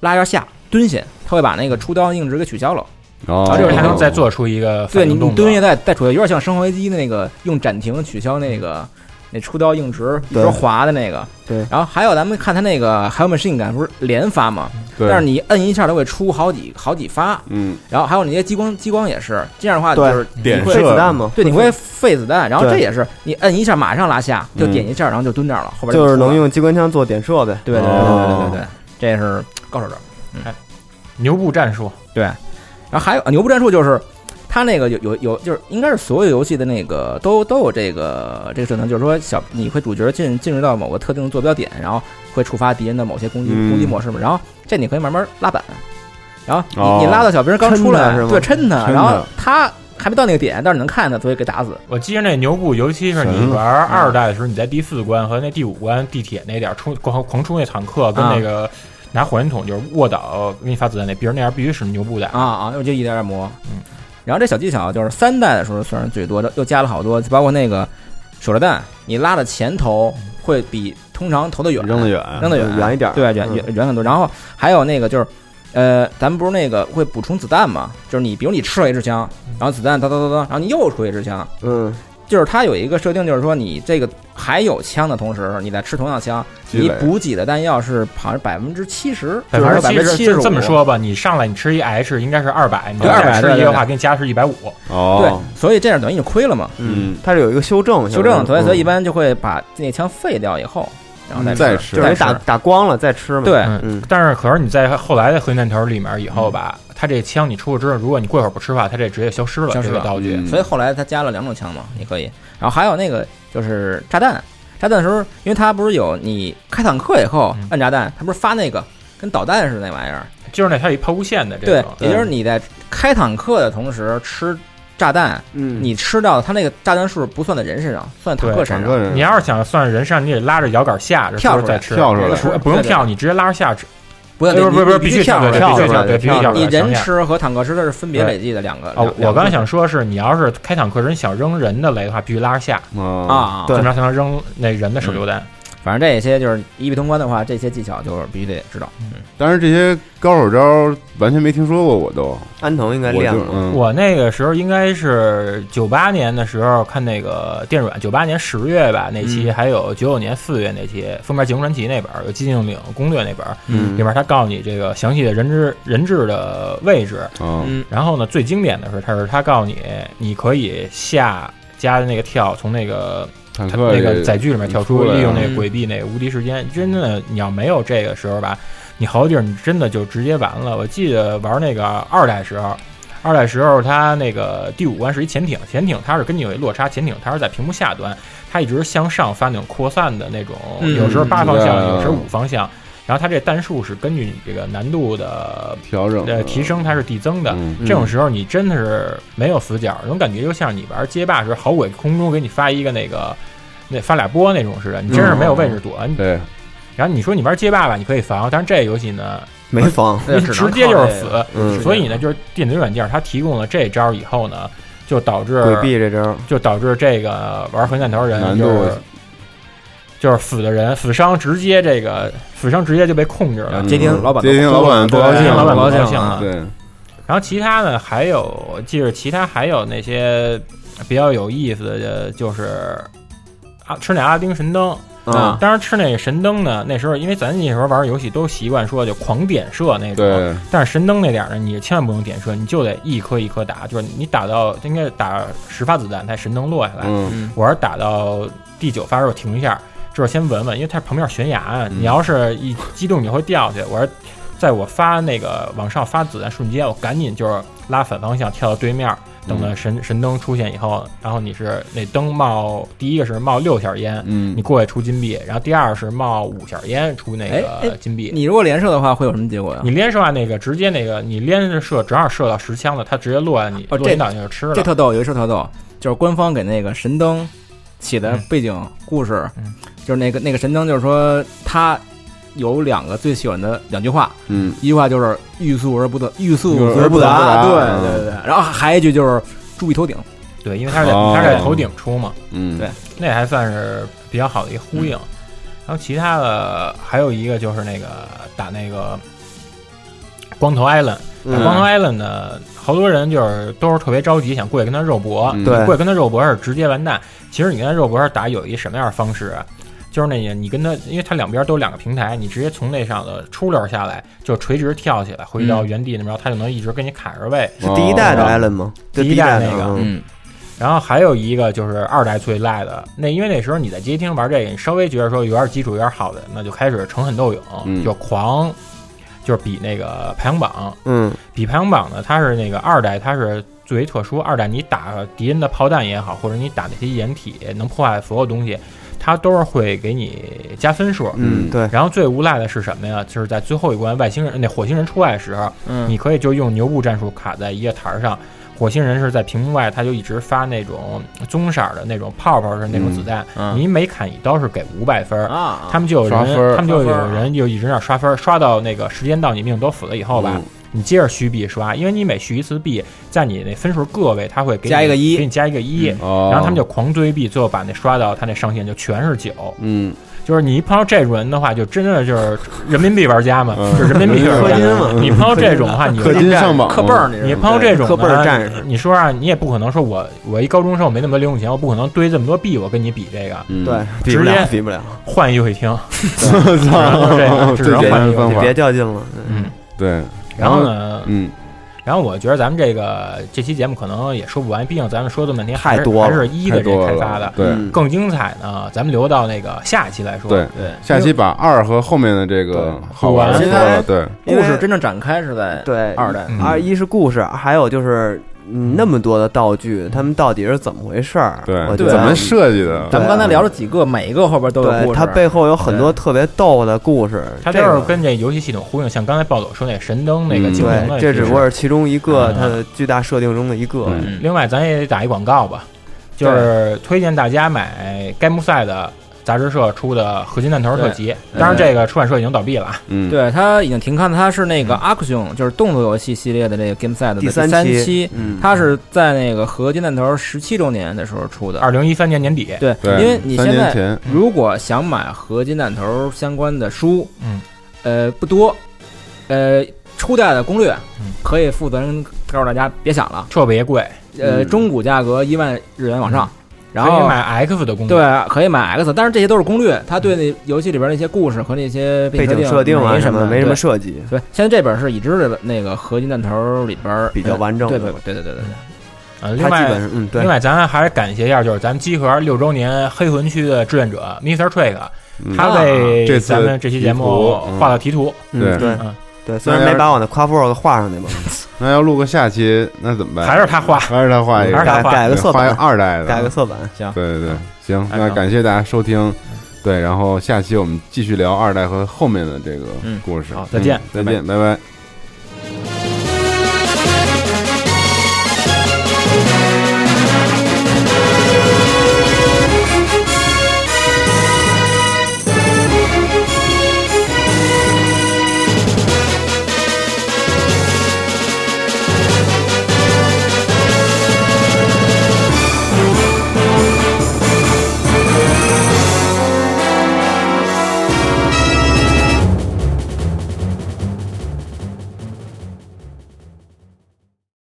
Speaker 10: 拉一下下蹲下，他会把那个出刀硬直给取消了。
Speaker 8: 哦
Speaker 11: 然后这会儿还能再做出一个
Speaker 10: 对
Speaker 11: 反
Speaker 10: 你
Speaker 11: 应
Speaker 10: 你
Speaker 11: 动
Speaker 10: 蹲下
Speaker 11: 作。
Speaker 10: 再再出去，有点像《生化危机》的那个用展亭取消那个那出刀硬直一
Speaker 9: 对
Speaker 10: 直滑的那个。
Speaker 9: 对
Speaker 10: 然后还有咱们看他那个还有 machine 感不是连发嘛？
Speaker 8: 对，
Speaker 10: 但是你摁一下，它会出好几好几发。
Speaker 8: 嗯
Speaker 10: 然后还有那些激光，激光也是这样的话，就
Speaker 9: 对
Speaker 10: 是你
Speaker 8: 点
Speaker 10: 会
Speaker 9: 飞
Speaker 8: 射
Speaker 9: 子弹嘛，
Speaker 10: 对你会费子弹。然后
Speaker 9: 对
Speaker 10: 这也是你摁一下马上拉下，就
Speaker 8: 嗯
Speaker 10: 点一下，然后就蹲这儿了，后边
Speaker 9: 就是
Speaker 10: 出了
Speaker 9: 能。用机关枪做点射呗。
Speaker 10: 对对对对对对对，这是高手招。
Speaker 11: 牛步战术，
Speaker 10: 对，然后还有啊牛步战术就是，它那个有有有就是应该是所有游戏的那个都都有这个这个设定，就是说小你会主角进进入到某个特定的坐标点，然后会触发敌人的某些攻击、
Speaker 8: 嗯
Speaker 10: 攻击模式嘛，然后这你可以慢慢拉板，然后你、
Speaker 8: 哦
Speaker 10: 你拉到小兵刚出
Speaker 9: 抻
Speaker 10: 来
Speaker 9: 他是吗
Speaker 10: 对抻他，
Speaker 8: 抻他
Speaker 10: 然后他还没到那个点，但是能看他，所以给打死。
Speaker 11: 我记着那牛步，尤其是你
Speaker 8: 神嗯
Speaker 11: 玩二代的时候，你在第四关和那第五关地铁那点儿冲狂狂冲那坦克跟
Speaker 10: 啊
Speaker 11: 那个拿火箭筒就是卧倒给你发子弹那兵儿那样必须使牛步打
Speaker 10: 啊啊，我就一点点磨。嗯，然后这小技巧就是三代的时候算是最多的，又加了好多，包括那个手榴弹，你拉的前投会比通常投的远，
Speaker 8: 扔得远，
Speaker 10: 扔得远
Speaker 9: 远一点儿
Speaker 10: 对，啊远
Speaker 9: 嗯
Speaker 10: 远远很多。然后还有那个就是，呃，咱们不是那个会补充子弹嘛？就是你比如你吃了一支枪，然后子弹哒哒哒哒，然后你又出一支枪，
Speaker 9: 嗯，
Speaker 10: 就是它有一个设定，就是说你这个还有枪的同时，你在吃同样枪，
Speaker 11: 积累
Speaker 10: 你补给的弹药是好像百分之七十，
Speaker 11: 百分之
Speaker 10: 七
Speaker 11: 七
Speaker 10: 十
Speaker 11: 十这么说吧，你上来你吃一 H 应该是二百，你
Speaker 10: 对200
Speaker 11: 吃一
Speaker 10: 对
Speaker 11: 个
Speaker 10: 对
Speaker 11: 话
Speaker 10: 对
Speaker 11: 给你加是一百五。
Speaker 8: 哦
Speaker 10: 对，所以这样等于你亏了嘛。
Speaker 8: 嗯，
Speaker 9: 它是嗯有一个修正，
Speaker 10: 修正，所以所以一
Speaker 9: 般
Speaker 10: 般就会把那枪废掉以后，然后再
Speaker 9: 再
Speaker 10: 吃，
Speaker 9: 吃等于打打光了再吃嘛。
Speaker 10: 对
Speaker 9: 嗯，
Speaker 11: 但是可是你在后来的合金弹头里面以
Speaker 8: 嗯
Speaker 11: 后吧，它这枪你出去之后，如果你过一会儿不吃饭，它这直接消失了，
Speaker 10: 消失
Speaker 11: 这个
Speaker 10: 了
Speaker 11: 道
Speaker 8: 嗯
Speaker 11: 具。
Speaker 10: 所以后来他加了两种枪嘛，你可以。然后还有那个就是炸弹，炸弹的时候，因为它不是有你开坦克以后
Speaker 11: 嗯
Speaker 10: 按炸弹，它不是发那个跟导弹似的那玩意儿，
Speaker 11: 就是那它有一抛物线的这
Speaker 10: 对
Speaker 11: 种，，
Speaker 10: 也就是你在开坦克的同时吃炸弹，
Speaker 9: 嗯
Speaker 10: 你吃到它那个炸弹数不算在人身上，算在坦克身上。
Speaker 11: 你要是想算人上，你得拉着摇杆下着，
Speaker 10: 嗯跳
Speaker 11: 就是
Speaker 10: 出来
Speaker 11: 再吃，
Speaker 10: 跳出来
Speaker 11: 不不用
Speaker 10: 对对
Speaker 11: 跳，你直接拉着下吃。
Speaker 10: 不要，
Speaker 11: 不是
Speaker 10: 你
Speaker 11: 不是不是，
Speaker 10: 你
Speaker 11: 必须
Speaker 10: 跳
Speaker 11: 对必须
Speaker 10: 出
Speaker 11: 跳
Speaker 10: 来，
Speaker 11: 对，必须跳出
Speaker 10: 你
Speaker 11: 来。
Speaker 10: 人
Speaker 11: 想想
Speaker 10: 吃和坦克吃的是分别累计的两个。
Speaker 11: 哦，
Speaker 10: 两
Speaker 11: 我刚才。
Speaker 10: 两
Speaker 11: 想说是，你要是开坦克人想扔人的雷的话，必须拉着下
Speaker 8: 嗯
Speaker 10: 啊
Speaker 11: 怎
Speaker 10: 对嗯
Speaker 11: 么着才能扔那人的手榴弹？
Speaker 10: 反正这些就是一臂通关的话，这些技巧就是必须得知道。
Speaker 8: 但是这些高手招完全没听说过，我都
Speaker 9: 安藤应该
Speaker 8: 我
Speaker 9: 练
Speaker 8: 就
Speaker 9: 过，
Speaker 8: 嗯，
Speaker 11: 我那个时候应该是九八年的时候看那个电软，九八年十月吧那期，
Speaker 10: 嗯
Speaker 11: 还有九九年四月那期《封面技能传奇》那本儿，有《寂静岭攻略》那本儿，
Speaker 10: 嗯
Speaker 8: 哦
Speaker 11: 里面他告诉你这个详细的人质人质的位置。
Speaker 10: 嗯
Speaker 11: 然后呢，最经典的是，他是他告诉你，你可以下加的那个跳，从那个。
Speaker 8: 坦
Speaker 11: 它
Speaker 8: 克
Speaker 11: 那个
Speaker 8: 里
Speaker 11: 载具里面跳出，
Speaker 8: 出来
Speaker 11: 利用
Speaker 8: 了
Speaker 11: 那个轨迹那个无敌时间，真的你要没有这个时候吧，你好多地儿你真的就直接完了。我记得玩那个二代时候，二代时候它那个第五关是一潜艇，潜艇它是跟你有一落差，潜艇它是在屏幕下端，它一直向上发那种扩散的那种，
Speaker 10: 嗯
Speaker 11: 有时候八方
Speaker 8: 是
Speaker 11: 向，
Speaker 8: 的
Speaker 11: 有时候五方向。然后它这弹数是根据你这个难度的
Speaker 8: 调整嗯
Speaker 11: 呃提升，它是递增的。这种时候你真的是没有死角，那种感觉就像你玩街霸时候，好鬼空中给你发一个那个那发俩波那种似的，
Speaker 8: 嗯
Speaker 11: 你真是没有位置躲。你
Speaker 8: 对，
Speaker 11: 然后你说你玩街霸吧，你可以防，但是这游戏呢
Speaker 9: 没防
Speaker 11: 你直接就是死。
Speaker 9: 嗯
Speaker 11: 所以呢，就是电子软件它提供了这招以后呢，就导致
Speaker 9: 规避这招，
Speaker 11: 就导致这个玩核弹头人
Speaker 8: 难
Speaker 11: 就
Speaker 8: 度
Speaker 11: 是就是死的人死伤直接这个死伤啊直接就被控制了。
Speaker 8: 嗯
Speaker 10: 接听老板
Speaker 8: 接听老板不高
Speaker 11: 接
Speaker 8: 兴，
Speaker 11: 听老板不
Speaker 8: 不
Speaker 11: 高兴
Speaker 8: 兴
Speaker 11: 啊
Speaker 8: 对，
Speaker 11: 然后其他的还有，我记着其他还有那些比较有意思的，就是啊，吃那阿拉丁神灯
Speaker 8: 啊
Speaker 11: 当然吃那个神灯呢，那时候因为咱那时候玩游戏都习惯说就狂点射那
Speaker 8: 对
Speaker 11: 种，但是神灯那点儿呢，你千万不能点射，你就得一颗一颗打，就是你打到应该打十发子弹，它神灯落下来。
Speaker 8: 嗯
Speaker 11: 我是打到第九发时候停一下，就是先闻闻，因为它旁边有悬崖啊，
Speaker 10: 嗯
Speaker 11: 你要是一激动你会掉下去。我是在我发那个往上发子弹瞬间，我赶紧就是拉反方向跳到对面，等
Speaker 10: 嗯
Speaker 11: 到神、神灯出现以后，然后你是那灯冒第一个是冒六下烟，
Speaker 8: 嗯
Speaker 11: 你过去出金币，然后第二是冒五下烟出那
Speaker 10: 哎哎
Speaker 11: 个金币。
Speaker 10: 你如果连射的话，会有什么结果呀？
Speaker 11: 你连射啊，那个直接那个你连着射，正好射到十枪了，它直接落下你，
Speaker 10: 哦，
Speaker 11: 落
Speaker 10: 这
Speaker 11: 你脑袋就吃了。
Speaker 10: 这特逗，有一说特逗，就是官方给那个神灯写的背景故事，就是那个那个神灯，就是说他有两个最喜欢的两句话，
Speaker 8: 嗯，
Speaker 10: 一句话就是欲速而不得，欲速
Speaker 8: 欲速
Speaker 10: 而
Speaker 8: 而不
Speaker 10: 达，
Speaker 9: 啊
Speaker 8: 达
Speaker 10: 对
Speaker 8: 嗯
Speaker 10: 对对对。然后还有一句就是注意头顶，
Speaker 11: 对，因为它是在、它是在头顶出嘛，
Speaker 8: 嗯，
Speaker 10: 对，
Speaker 11: 那还算是比较好的一个呼应。
Speaker 9: 嗯
Speaker 11: 然后其他的还有一个就是那个打那个光头 Island，、
Speaker 9: 嗯
Speaker 11: 光头 Island 呢，好多人就是都是特别着急，想过去跟他肉搏，
Speaker 9: 嗯对
Speaker 11: 过去跟他肉搏是直接完蛋。其实你跟他肉搏是打有一什么样的方式啊？就是那个你跟他，因为他两边都有两个平台，你直接从那上的出溜下来，就垂直跳起来，回到
Speaker 9: 嗯
Speaker 11: 原地那边，他就能一直跟你卡着位。
Speaker 9: 是第一代的
Speaker 8: 哦
Speaker 11: 然后
Speaker 9: Allen 吗？就
Speaker 11: 第一代那
Speaker 9: 的
Speaker 11: 个，，然后还有一个就是二代最赖的，那因为那时候你在街厅玩这个，你稍微觉得说有点基础、有点好的，那就开始诚狠斗勇，
Speaker 9: 嗯
Speaker 11: 就狂，就是比那个排行榜，
Speaker 9: 嗯，
Speaker 11: 比排行榜呢，它是那个二代，它是最为特殊。二代你打敌人的炮弹也好，或者你打那些掩体能破坏所有东西，它都是会给你加分数。
Speaker 9: 嗯对
Speaker 11: 然后最无赖的是什么呀？就是在最后一关外星人那火星人出来的时候，
Speaker 10: 嗯
Speaker 11: 你可以就用牛步战术卡在一个台儿上。火星人是在屏幕外，他就一直发那种棕色儿的那种泡泡的那种子弹，
Speaker 10: 嗯嗯
Speaker 11: 你每砍一刀是给五百分儿
Speaker 10: 啊
Speaker 11: 他们就有
Speaker 10: 刷分儿
Speaker 11: 人，他们就
Speaker 10: 刷分儿啊
Speaker 11: 有人就一直在那刷分儿，刷到那个时间到你命都死了以后吧，
Speaker 10: 嗯
Speaker 11: 你接着续币刷，因为你每续一次币，在你那分数个位，他会给你
Speaker 10: 加一个一嗯
Speaker 11: 给你加一个一，
Speaker 8: 哦
Speaker 11: 然后他们就狂堆币，最后把那刷到他那上限就全是九。
Speaker 8: 嗯，
Speaker 11: 就是你一碰到这种人的话，就真的就是人民币玩家嘛，就人民币玩
Speaker 9: 氪金嘛
Speaker 11: 家。你碰到这种的话，你
Speaker 8: 氪金上榜嘛
Speaker 11: 氪
Speaker 8: 氪倍儿那种
Speaker 11: 你碰到这种
Speaker 9: 氪倍儿战
Speaker 11: 的
Speaker 9: 士，
Speaker 11: 你说啊，你也不可能说我我一高中生，我没那么多零用钱，我不可能堆这么多币，我跟你比这个，
Speaker 8: 嗯
Speaker 9: 对，比
Speaker 11: 直
Speaker 9: 不了，
Speaker 11: 接
Speaker 9: 比不了。
Speaker 11: 换一会厅，只能
Speaker 8: 我
Speaker 11: 就
Speaker 8: 操，
Speaker 11: 是这样，只能
Speaker 8: 简
Speaker 11: 换
Speaker 8: 单
Speaker 11: 一
Speaker 8: 方
Speaker 11: 会
Speaker 8: 法，
Speaker 9: 别较劲了，
Speaker 11: 嗯，
Speaker 8: 对。
Speaker 11: 然后呢
Speaker 8: 嗯，
Speaker 11: 然后我觉得咱们这个这期节目可能也说不完，毕竟咱们说这么半天还是
Speaker 9: 太多了
Speaker 11: 还是一
Speaker 8: 太
Speaker 11: ，E 的这
Speaker 8: 多
Speaker 11: 开
Speaker 8: 了
Speaker 11: 发的，
Speaker 8: 对
Speaker 9: 嗯
Speaker 11: 更精彩呢，咱们留到那个下一期来说。
Speaker 8: 对
Speaker 11: 对，
Speaker 8: 下期把二和后面的这个好玩
Speaker 10: 好
Speaker 8: 的
Speaker 10: 玩
Speaker 8: 说了，对，
Speaker 9: 因为
Speaker 10: 故事真正展开是在
Speaker 9: 对，
Speaker 10: 二代，
Speaker 11: 嗯
Speaker 9: 二一是故事，还有就是嗯那么多的道具，他们到底是怎么回事儿？
Speaker 8: 对，
Speaker 9: 我觉
Speaker 8: 就
Speaker 9: 得嗯
Speaker 8: 怎么设计的？
Speaker 10: 咱们刚才聊了几个，每一个后边都有
Speaker 9: 对
Speaker 10: 故事。啊
Speaker 9: 它背后有很多特别逗的故事，
Speaker 11: 它
Speaker 9: 这
Speaker 11: 就
Speaker 9: 个
Speaker 11: 是跟这游戏系统呼应，像刚才暴走说那神灯那个
Speaker 8: 嗯
Speaker 11: 精灵的其
Speaker 9: 对，这
Speaker 11: 实，
Speaker 9: 只不过是其中一个
Speaker 11: 嗯
Speaker 9: 它的巨大设定中的一个。
Speaker 8: 嗯
Speaker 11: 另外，咱也得打一广告吧，就是推荐大家买该木赛的杂志社出的《合金弹头》特辑。
Speaker 9: 嗯
Speaker 8: 对
Speaker 11: 当然，这个出版社已经倒闭了啊。
Speaker 8: 嗯，
Speaker 10: 对它已经停刊了，它是那个 Action，就是动作游戏系列的这个 Game Set 的
Speaker 9: 第
Speaker 10: 三
Speaker 9: 三
Speaker 10: 期，
Speaker 9: 嗯，
Speaker 10: 它是在那个合金弹头十七周年的时候出的。
Speaker 11: 二零一三年年底，
Speaker 10: 对，
Speaker 8: 对
Speaker 10: 因为你
Speaker 8: 三
Speaker 10: 现
Speaker 8: 年
Speaker 10: 在
Speaker 8: 前
Speaker 10: 如果想买合金弹头相关的书，
Speaker 11: 嗯，
Speaker 10: 呃，不多，呃，初代的攻略
Speaker 11: 嗯
Speaker 10: 可以负责任告诉大家别想了，
Speaker 11: 特别贵，
Speaker 10: 呃，
Speaker 8: 嗯
Speaker 10: 中古价格一万日元往上，然
Speaker 11: 可以
Speaker 10: 后
Speaker 11: 买 X 的工具。
Speaker 10: 对，可以买 X，但是这些都是攻略，它对那游戏里边那些故事和那些
Speaker 9: 背景设
Speaker 10: 设
Speaker 9: 定啊
Speaker 10: 没什
Speaker 9: 么没什么
Speaker 10: 对
Speaker 9: 设计，
Speaker 10: 对，现在这本是已知的那个合金弹头里边儿
Speaker 9: 比较完整
Speaker 10: 呃
Speaker 9: 的
Speaker 10: 对对对对对
Speaker 11: 呃，另
Speaker 9: 它基本
Speaker 11: 外。
Speaker 9: 上嗯
Speaker 11: 另
Speaker 9: 对。
Speaker 11: 外，咱还是感谢一下，就是咱们集合六周年黑魂区的志愿者 Mr. Trick，他
Speaker 9: 啊
Speaker 8: 这次
Speaker 11: 为咱们这期节目
Speaker 8: 题图嗯
Speaker 11: 画了题图。
Speaker 9: 嗯，对
Speaker 11: 嗯
Speaker 9: 对，虽然没把我的夸父给画上去吧，
Speaker 8: 那要录个下期，那怎么
Speaker 9: 嗯
Speaker 8: 办？
Speaker 11: 还是他画
Speaker 8: 还是他画一个，
Speaker 11: 还是他
Speaker 9: 改
Speaker 11: 画
Speaker 9: 改个
Speaker 8: 对
Speaker 9: 色
Speaker 8: 画一个
Speaker 9: 板，
Speaker 8: 二代的，
Speaker 9: 改个色板，
Speaker 8: 对对对，行，
Speaker 11: 嗯还嗯
Speaker 8: 那
Speaker 11: 成
Speaker 8: 感谢大家收听，对，然后下期我们继续聊二代和后面的这个
Speaker 10: 嗯
Speaker 8: 故事。
Speaker 11: 好再见
Speaker 8: 嗯再见，拜拜。